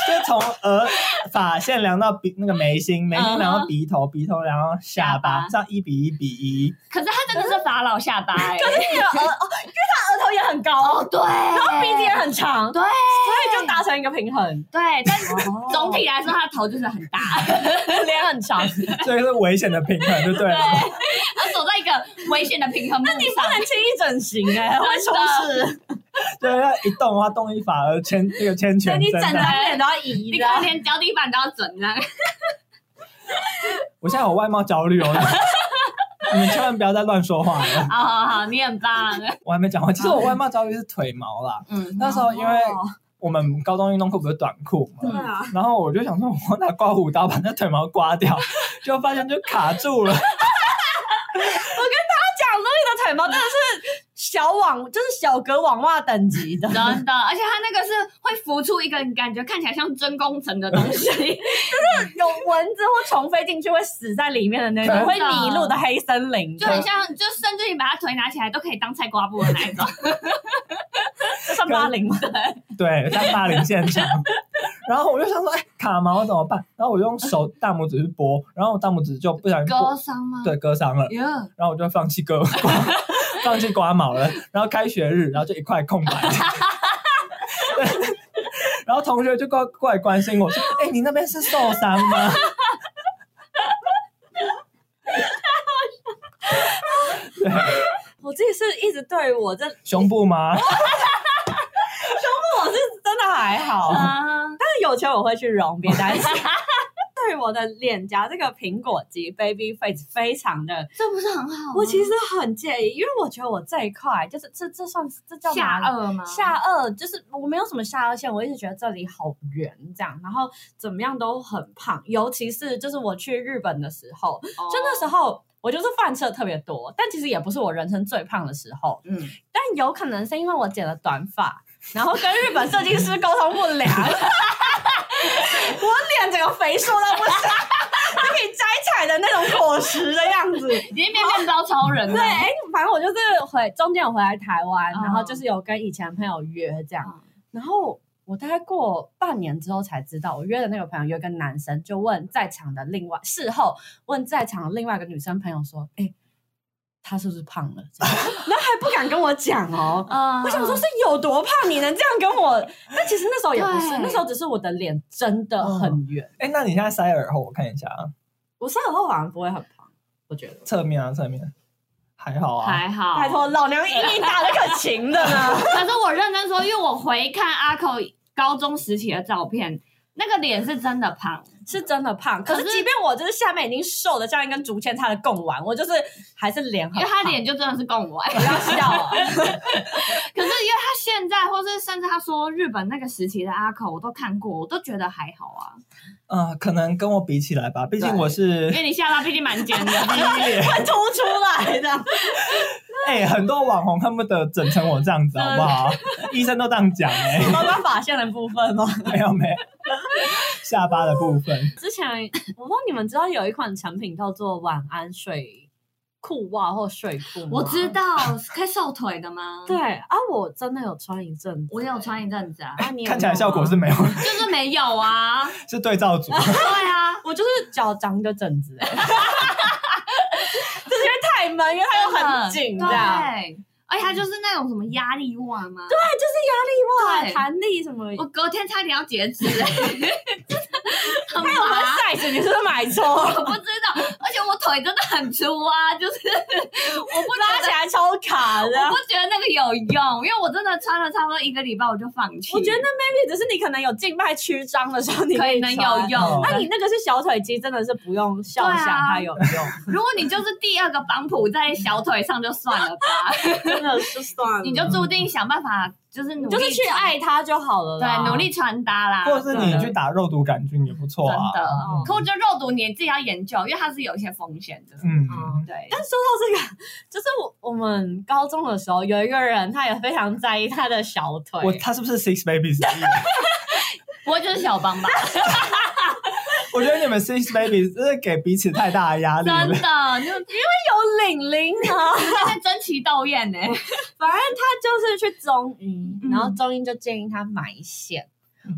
Speaker 3: 就从额发线量到鼻那个眉心，眉心量到鼻头，鼻头量到下
Speaker 4: 嗯下
Speaker 3: 巴，
Speaker 4: 巴
Speaker 3: 这样一比一比一。
Speaker 4: 可是他真的是法老下巴哎、
Speaker 1: 因为额哦，因为他额头也很高，
Speaker 4: 对，然
Speaker 1: 然后鼻子也很长，
Speaker 4: 对
Speaker 1: 所以就达成一个平衡。
Speaker 4: 对，但是
Speaker 1: 哦
Speaker 4: 总体来说，他的头就是很大，
Speaker 1: 脸很长，
Speaker 3: 这个是危险的平衡，就对
Speaker 4: 对，
Speaker 3: 了。
Speaker 4: 他走在一个危险的平衡木上。
Speaker 1: 很轻易整 形哎、欸，会出事。
Speaker 3: 对，要一动的话，动一法而牵那个牵啊全
Speaker 1: 你
Speaker 3: 身
Speaker 1: 整
Speaker 3: 的。
Speaker 1: 张脸都要移
Speaker 4: 你
Speaker 1: 的。
Speaker 4: 看，连脚底板都要啊准呢。
Speaker 3: 我现在有外貌焦虑哦，你们千万不要再乱说话了。
Speaker 4: 好好好，你很棒。
Speaker 3: 我还没讲完，其实我外貌焦虑是腿毛啦。
Speaker 4: 嗯，
Speaker 3: 那时候因为
Speaker 1: 哦
Speaker 3: 我们高中运动裤不是短裤嘛，
Speaker 4: 对
Speaker 1: 啊，
Speaker 3: 然后我就想说，我拿刮胡刀把那腿毛刮掉，就发现就卡住了。
Speaker 1: 讲路易的腿毛真的是小网，就是小格网袜等级 的，
Speaker 4: 真的，而且他那个是会浮出一个你感觉看起来像真工程的东西。
Speaker 1: 有蚊子或虫飞进去会死在里面的那种，会
Speaker 4: 真的
Speaker 1: 迷路的黑森林，
Speaker 4: 就很像，就甚至你把他腿拿起来都可以当菜瓜布的那一种。
Speaker 1: 这算八零吗？
Speaker 3: 对，在霸凌现场。然后我就想说，哎、卡毛怎么办？然后我用手大拇指去拨，然后我大拇指就不小心
Speaker 4: 割
Speaker 3: 拨
Speaker 4: 伤吗？
Speaker 3: 对割伤了，
Speaker 4: 呀，
Speaker 3: 然后我就放弃割 刮，放弃刮毛了。然后开学日，然后就一块空白。 然后同学就过过来关心我说：“哎、你那边是受伤吗？”对，
Speaker 1: 我自己是一直对我这
Speaker 3: 胸部吗？
Speaker 1: 我是真的还好，但
Speaker 4: 啊，
Speaker 1: 是有钱我会去融， 别担心。对我的脸颊这个苹果肌 baby face 非常的，
Speaker 4: 这不是很好吗？
Speaker 1: 我其实很介意，因为我觉得我这一块就是这这算是这叫
Speaker 4: 下
Speaker 1: 哪里
Speaker 4: 颚吗？
Speaker 1: 下颚就是我没有什么下颚线，我一直觉得这里好圆，这样，然后怎么样都很胖，尤其是就是我去日本的时候，
Speaker 4: 就
Speaker 1: 就那时候我就是饭吃的特别多，但其实也不是我人生最胖的时候，
Speaker 4: 嗯，
Speaker 1: 但有可能是因为我剪了短发，然后跟日本设计师沟通不良，我脸整个肥硕到不行， 就可以摘起来的那种果实的样子。
Speaker 4: 已经变面包超人了。
Speaker 1: 对，哎、反正我就是回中间有回来台湾，
Speaker 4: 啊嗯
Speaker 1: 然后就是有跟以前朋友约这样，
Speaker 4: 嗯
Speaker 1: 然后我大概过半年之后才知道，我约的那个朋友约跟男生，就问在场的另外事后问在场的另外一个女生朋友说，哎、他是不是胖了？ 这样然后还不敢跟我讲哦。
Speaker 4: 嗯
Speaker 1: 我想说，是有多胖，你能这样跟我？但其实那时候也不是，
Speaker 4: 对嗯
Speaker 1: 那时候只是我的脸真的很圆，
Speaker 3: 哎、那你现在塞耳后，我看一下啊，
Speaker 1: 我上耳后反而不会很胖，我觉
Speaker 4: 哦
Speaker 1: 得。
Speaker 3: 侧面啊，侧面还好啊。
Speaker 4: 还好，
Speaker 1: 拜托，老娘一米打的可勤的呢。
Speaker 4: 可是我认真说，因为我回看阿口高中时期的照片，那个脸是真的胖，
Speaker 1: 是真的胖，可是
Speaker 4: 可是
Speaker 1: 即便我就是下面已经瘦的像一根竹签插的贡丸，我就是还是脸
Speaker 4: 因
Speaker 1: 很
Speaker 4: 为
Speaker 1: 胖
Speaker 4: 他脸就真的是贡丸。
Speaker 1: 不要笑啊！
Speaker 4: 可是因为他现在，或是甚至他说日本那个时期的阿口，我都看过，我都觉得还好 啊，
Speaker 3: 嗯、可能跟我比起来吧，毕竟
Speaker 1: 对
Speaker 3: 我是
Speaker 4: 因为你下巴毕竟蛮 尖的。
Speaker 1: 会凸出来的，
Speaker 3: 哎、很多网红恨不得整成我这样子，好不好？
Speaker 1: 嗯
Speaker 3: 医生都这样讲哎、
Speaker 1: 包括发线的部分吗？
Speaker 3: 没有没有，下巴的部分，
Speaker 1: 之前我不知道你们知道有一款产品叫做晚安睡裤袜或睡裤吗，
Speaker 4: 我知道可以瘦腿的吗？
Speaker 1: 对，啊，我真的有穿一阵子，
Speaker 4: 我有穿一阵子啊，
Speaker 1: 啊，你有
Speaker 3: 看起来
Speaker 1: 用
Speaker 3: 效果
Speaker 1: 吗
Speaker 3: 是没有，
Speaker 4: 就是没有 啊。
Speaker 3: 是对照组。
Speaker 4: 对啊，
Speaker 1: 我就是脚长一个疹子、 欸，就是因为太闷，因为它又很紧，这
Speaker 4: 对
Speaker 1: 样。，
Speaker 4: 而且他就是那种什么压力袜吗？
Speaker 1: 哇，
Speaker 4: 对
Speaker 1: 弹力什么？
Speaker 4: 我隔天差点要截肢、 欸，很
Speaker 1: 还有分
Speaker 4: 麻
Speaker 1: size，你是不是买错？
Speaker 4: 我不知道，而且我腿真的很粗啊，就是我不
Speaker 1: 拉起来超卡的。
Speaker 4: 我不觉得那个有用，因为我真的穿了差不多一个礼拜我就放弃。
Speaker 1: 我觉得那 maybe 只是你可能有静脉曲张的时候，你
Speaker 4: 可以
Speaker 1: 以
Speaker 4: 能
Speaker 1: 穿
Speaker 4: 有。用，
Speaker 1: 那你那个是小腿肌，真的是不用笑
Speaker 4: 对啊
Speaker 1: 想它有用，
Speaker 4: 如果你就是第二个绑谱在小腿上就算 了吧，
Speaker 1: 真的是算了
Speaker 4: 你就注定想办法就是努
Speaker 1: 你
Speaker 4: 力，
Speaker 1: 就是去爱它就好了啦。
Speaker 4: 对努力穿搭啦，
Speaker 3: 或者是你
Speaker 4: 啊对
Speaker 3: 去打肉毒杆菌也不错啊。
Speaker 4: 真的可我觉得肉毒你自己要研究，因为它是有一些风险的。
Speaker 3: 嗯，
Speaker 1: 嗯。
Speaker 4: 对，
Speaker 1: 但说到这个， 就是我我们高中的时候有一个人，他也非常在意他的小腿。
Speaker 3: 我他是不是 Six Babies？
Speaker 4: 不过就是小 帮吧，
Speaker 3: 我觉得你们 Six Babies 真的给彼此太大的压力
Speaker 4: 真
Speaker 3: 了。
Speaker 4: 的，就
Speaker 1: 有领领啊，
Speaker 4: 在争奇斗艳呢。
Speaker 1: 反正他就是去中医，
Speaker 4: 嗯
Speaker 1: 然后中医就建议他埋线。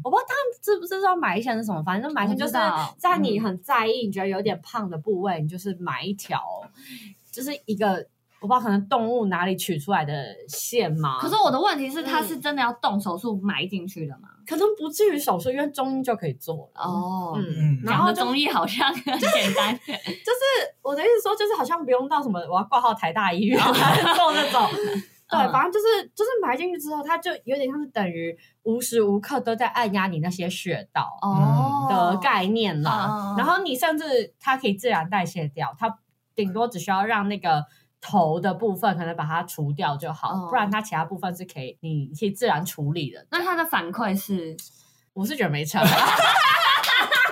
Speaker 1: 我不知道他知不知道埋线是什么，反正埋线就是
Speaker 4: 我知道
Speaker 1: 在你很在意、你觉得有点胖的部位，你就是埋一条，就是一个我不知道可能动物哪里取出来的线 嘛。
Speaker 4: 可是我的问题是，他是真的要动手术埋进去的吗？
Speaker 1: 可能不至于手术，因为中医就可以做了。
Speaker 4: 哦
Speaker 1: 嗯，
Speaker 3: 嗯，
Speaker 1: 然
Speaker 4: 然
Speaker 1: 后
Speaker 4: 后
Speaker 1: 就
Speaker 4: 中医好像很简 单，
Speaker 1: 就是我的意思说，就是好像不用到什么我要挂号台大医院啊 做那种。对，
Speaker 4: 嗯
Speaker 1: 反正就是就是埋进去之后，它就有点像是等于无时无刻都在按压你那些穴道。
Speaker 4: 哦
Speaker 1: 的概念啦。
Speaker 4: 嗯嗯嗯
Speaker 1: 然后你甚至它可以自然代谢掉，它顶多只需要让那个头的部分可能把它除掉就好，
Speaker 4: 嗯
Speaker 1: 不然它其他部分是可以你可以自然处理 的。
Speaker 4: 那他的反馈是，
Speaker 1: 我是觉得没差。但是好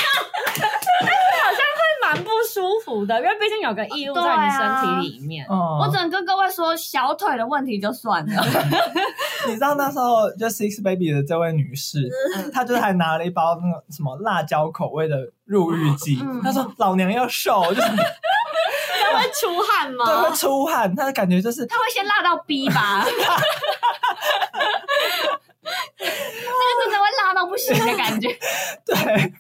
Speaker 1: 像会蛮不舒服的，因为毕竟有个异物
Speaker 4: 对
Speaker 1: 在你
Speaker 4: 啊
Speaker 1: 身体里面。
Speaker 3: 哦
Speaker 4: 我只能跟各位说，小腿的问题就算了。
Speaker 3: 你知道那时候就 Six Baby 的这位女士，
Speaker 4: 嗯
Speaker 3: 她就是还拿了一包那个什么辣椒口味的入浴剂
Speaker 4: 嗯，
Speaker 3: 她说老娘要瘦， 就是
Speaker 1: 它会出汗吗？
Speaker 3: 对会出汗，她的感觉就是
Speaker 4: 他会先辣到逼吧？那个真的会辣到不行的感觉。
Speaker 3: 对，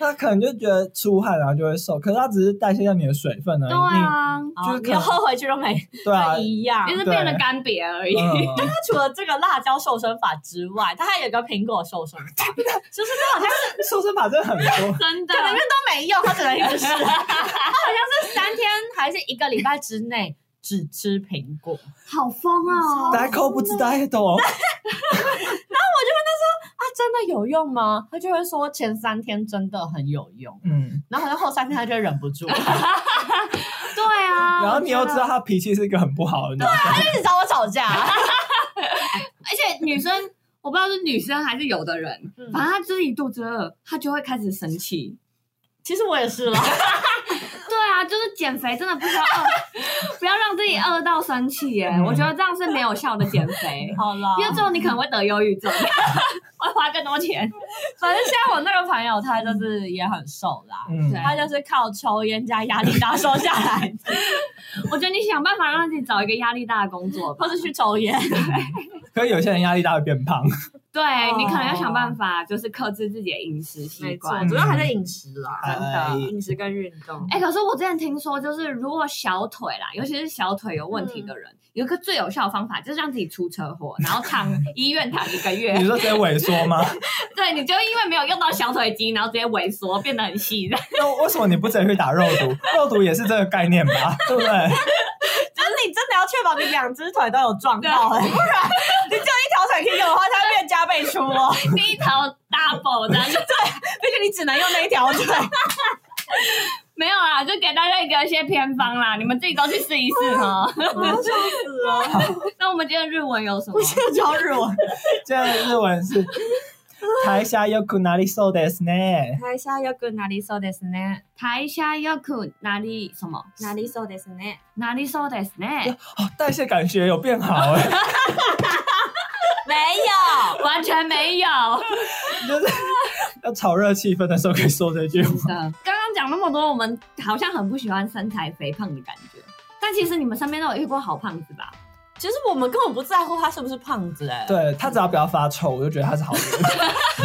Speaker 3: 他可能就觉得出汗然后就会瘦，可是他只是代谢掉你的水分而已。
Speaker 4: 对啊，
Speaker 3: 就是可
Speaker 1: 哦你
Speaker 3: 能
Speaker 1: 后回去都没
Speaker 3: 你对啊
Speaker 1: 都，一样
Speaker 4: 就。是
Speaker 3: 对
Speaker 4: 变得干瘪而已。，
Speaker 3: 嗯
Speaker 1: 它除了这个辣椒瘦身法之外，它还有一个苹果瘦 身法，
Speaker 3: 啊
Speaker 1: 就是它好像是
Speaker 3: 瘦身法真的很多
Speaker 4: 真的
Speaker 1: 可，能运都没用，它只能一直 试。它好像是三天还是一个礼拜之内只吃苹果。
Speaker 4: 好疯哦！
Speaker 3: 大家扣不知道也懂。
Speaker 1: 啊，真的有用吗？他就会说前三天真的很有用，
Speaker 3: 嗯，
Speaker 1: 然后好像后三天他就会忍不住， 他
Speaker 4: 对啊，
Speaker 3: 然后你又
Speaker 4: 我觉
Speaker 3: 知
Speaker 4: 得
Speaker 3: 道他脾气是一个很不好的女
Speaker 1: 就
Speaker 3: 生，
Speaker 1: 一直找我吵架。
Speaker 4: 而且女 生，我不知道是女生还是有的人，
Speaker 1: 嗯
Speaker 4: 反正她自己肚子饿，她就会开始生气。
Speaker 1: 其实我也是啦，，
Speaker 4: 对啊，就是减肥真的不需要饿， 不要让自己饿到生气耶、
Speaker 3: 嗯
Speaker 4: 我觉得这样是没有效的减肥
Speaker 1: 好啦
Speaker 4: 因为最后你可能会得忧郁症， 会花更多钱。
Speaker 1: 反正现在我那个朋友他就是也很瘦啦，
Speaker 3: 嗯，
Speaker 4: 对
Speaker 1: 他就是靠抽烟加压力大瘦下来 的，
Speaker 4: 我觉得你想办法让自己找一个压力大的工作吧
Speaker 1: 或。是去抽烟。
Speaker 3: 可是有些人压力大会变胖，
Speaker 4: 对、你可能要想办法，就是克制自己的饮食习惯。嗯
Speaker 3: 主要还是
Speaker 1: 饮食啦
Speaker 3: 真的哎饮
Speaker 1: 食跟运动。
Speaker 4: 哎、可是我之前听说，就是如果小腿啦，尤其是小腿有问题的
Speaker 1: 嗯
Speaker 4: 人，有一个最有效的方法，就是让自己出车祸，然后 躺医院躺一个月
Speaker 3: 哎你。说直接萎缩吗？
Speaker 4: 对，你就因为没有用到小腿肌，然后直接萎缩，变得很细的。
Speaker 3: 那为什么你不直接去打肉毒？ 肉毒也是这个概念吧， 对不对？
Speaker 1: 就是你真的要确保你两只腿都有撞到、欸，不然你只有一条腿可以用的话，它会变加倍出哦。
Speaker 4: 第一条 double 的，
Speaker 1: 而且你只能用那一条腿。
Speaker 4: 没有啦，就给大家一个一些偏方啦，你们自己都去试一试哈。
Speaker 1: 我要笑死了！
Speaker 4: 那我们今天日文有什么
Speaker 1: 不？是教日文，
Speaker 3: 这样日文是台下よくなりそうですね。
Speaker 1: 台下要跟哪里说的是呢？
Speaker 4: 台下要苦哪里什么
Speaker 1: 哪里说的是呢？
Speaker 4: 哪里说的 是呢？
Speaker 3: 哦，代谢感觉有变好哎，
Speaker 1: 没有，
Speaker 4: 完全没有。
Speaker 3: 就是 要炒热气氛的时候可以说这句话。
Speaker 4: 的。刚刚讲那么多，我们好像很不喜欢身材肥胖的感觉，但其实你们身边都有遇过好胖子吧？
Speaker 1: 其实我们根本不在乎他是不是胖子哎、
Speaker 3: 对他只要不要发臭，我就觉得他是好 人。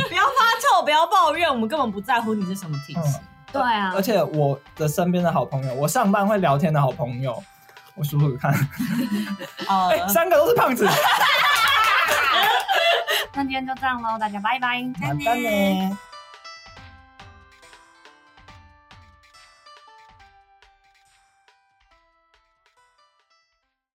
Speaker 1: 不要发臭，不要抱怨，我们根本不在乎你是什么体质。
Speaker 3: 呃
Speaker 4: 对啊
Speaker 3: 而，且我的身边的好朋友，我上班会聊天的好朋友，我数数看，
Speaker 1: 呃
Speaker 3: 哎、三个都是胖子。
Speaker 4: 那今天就这样喽，大家拜拜，
Speaker 3: 完蛋呢。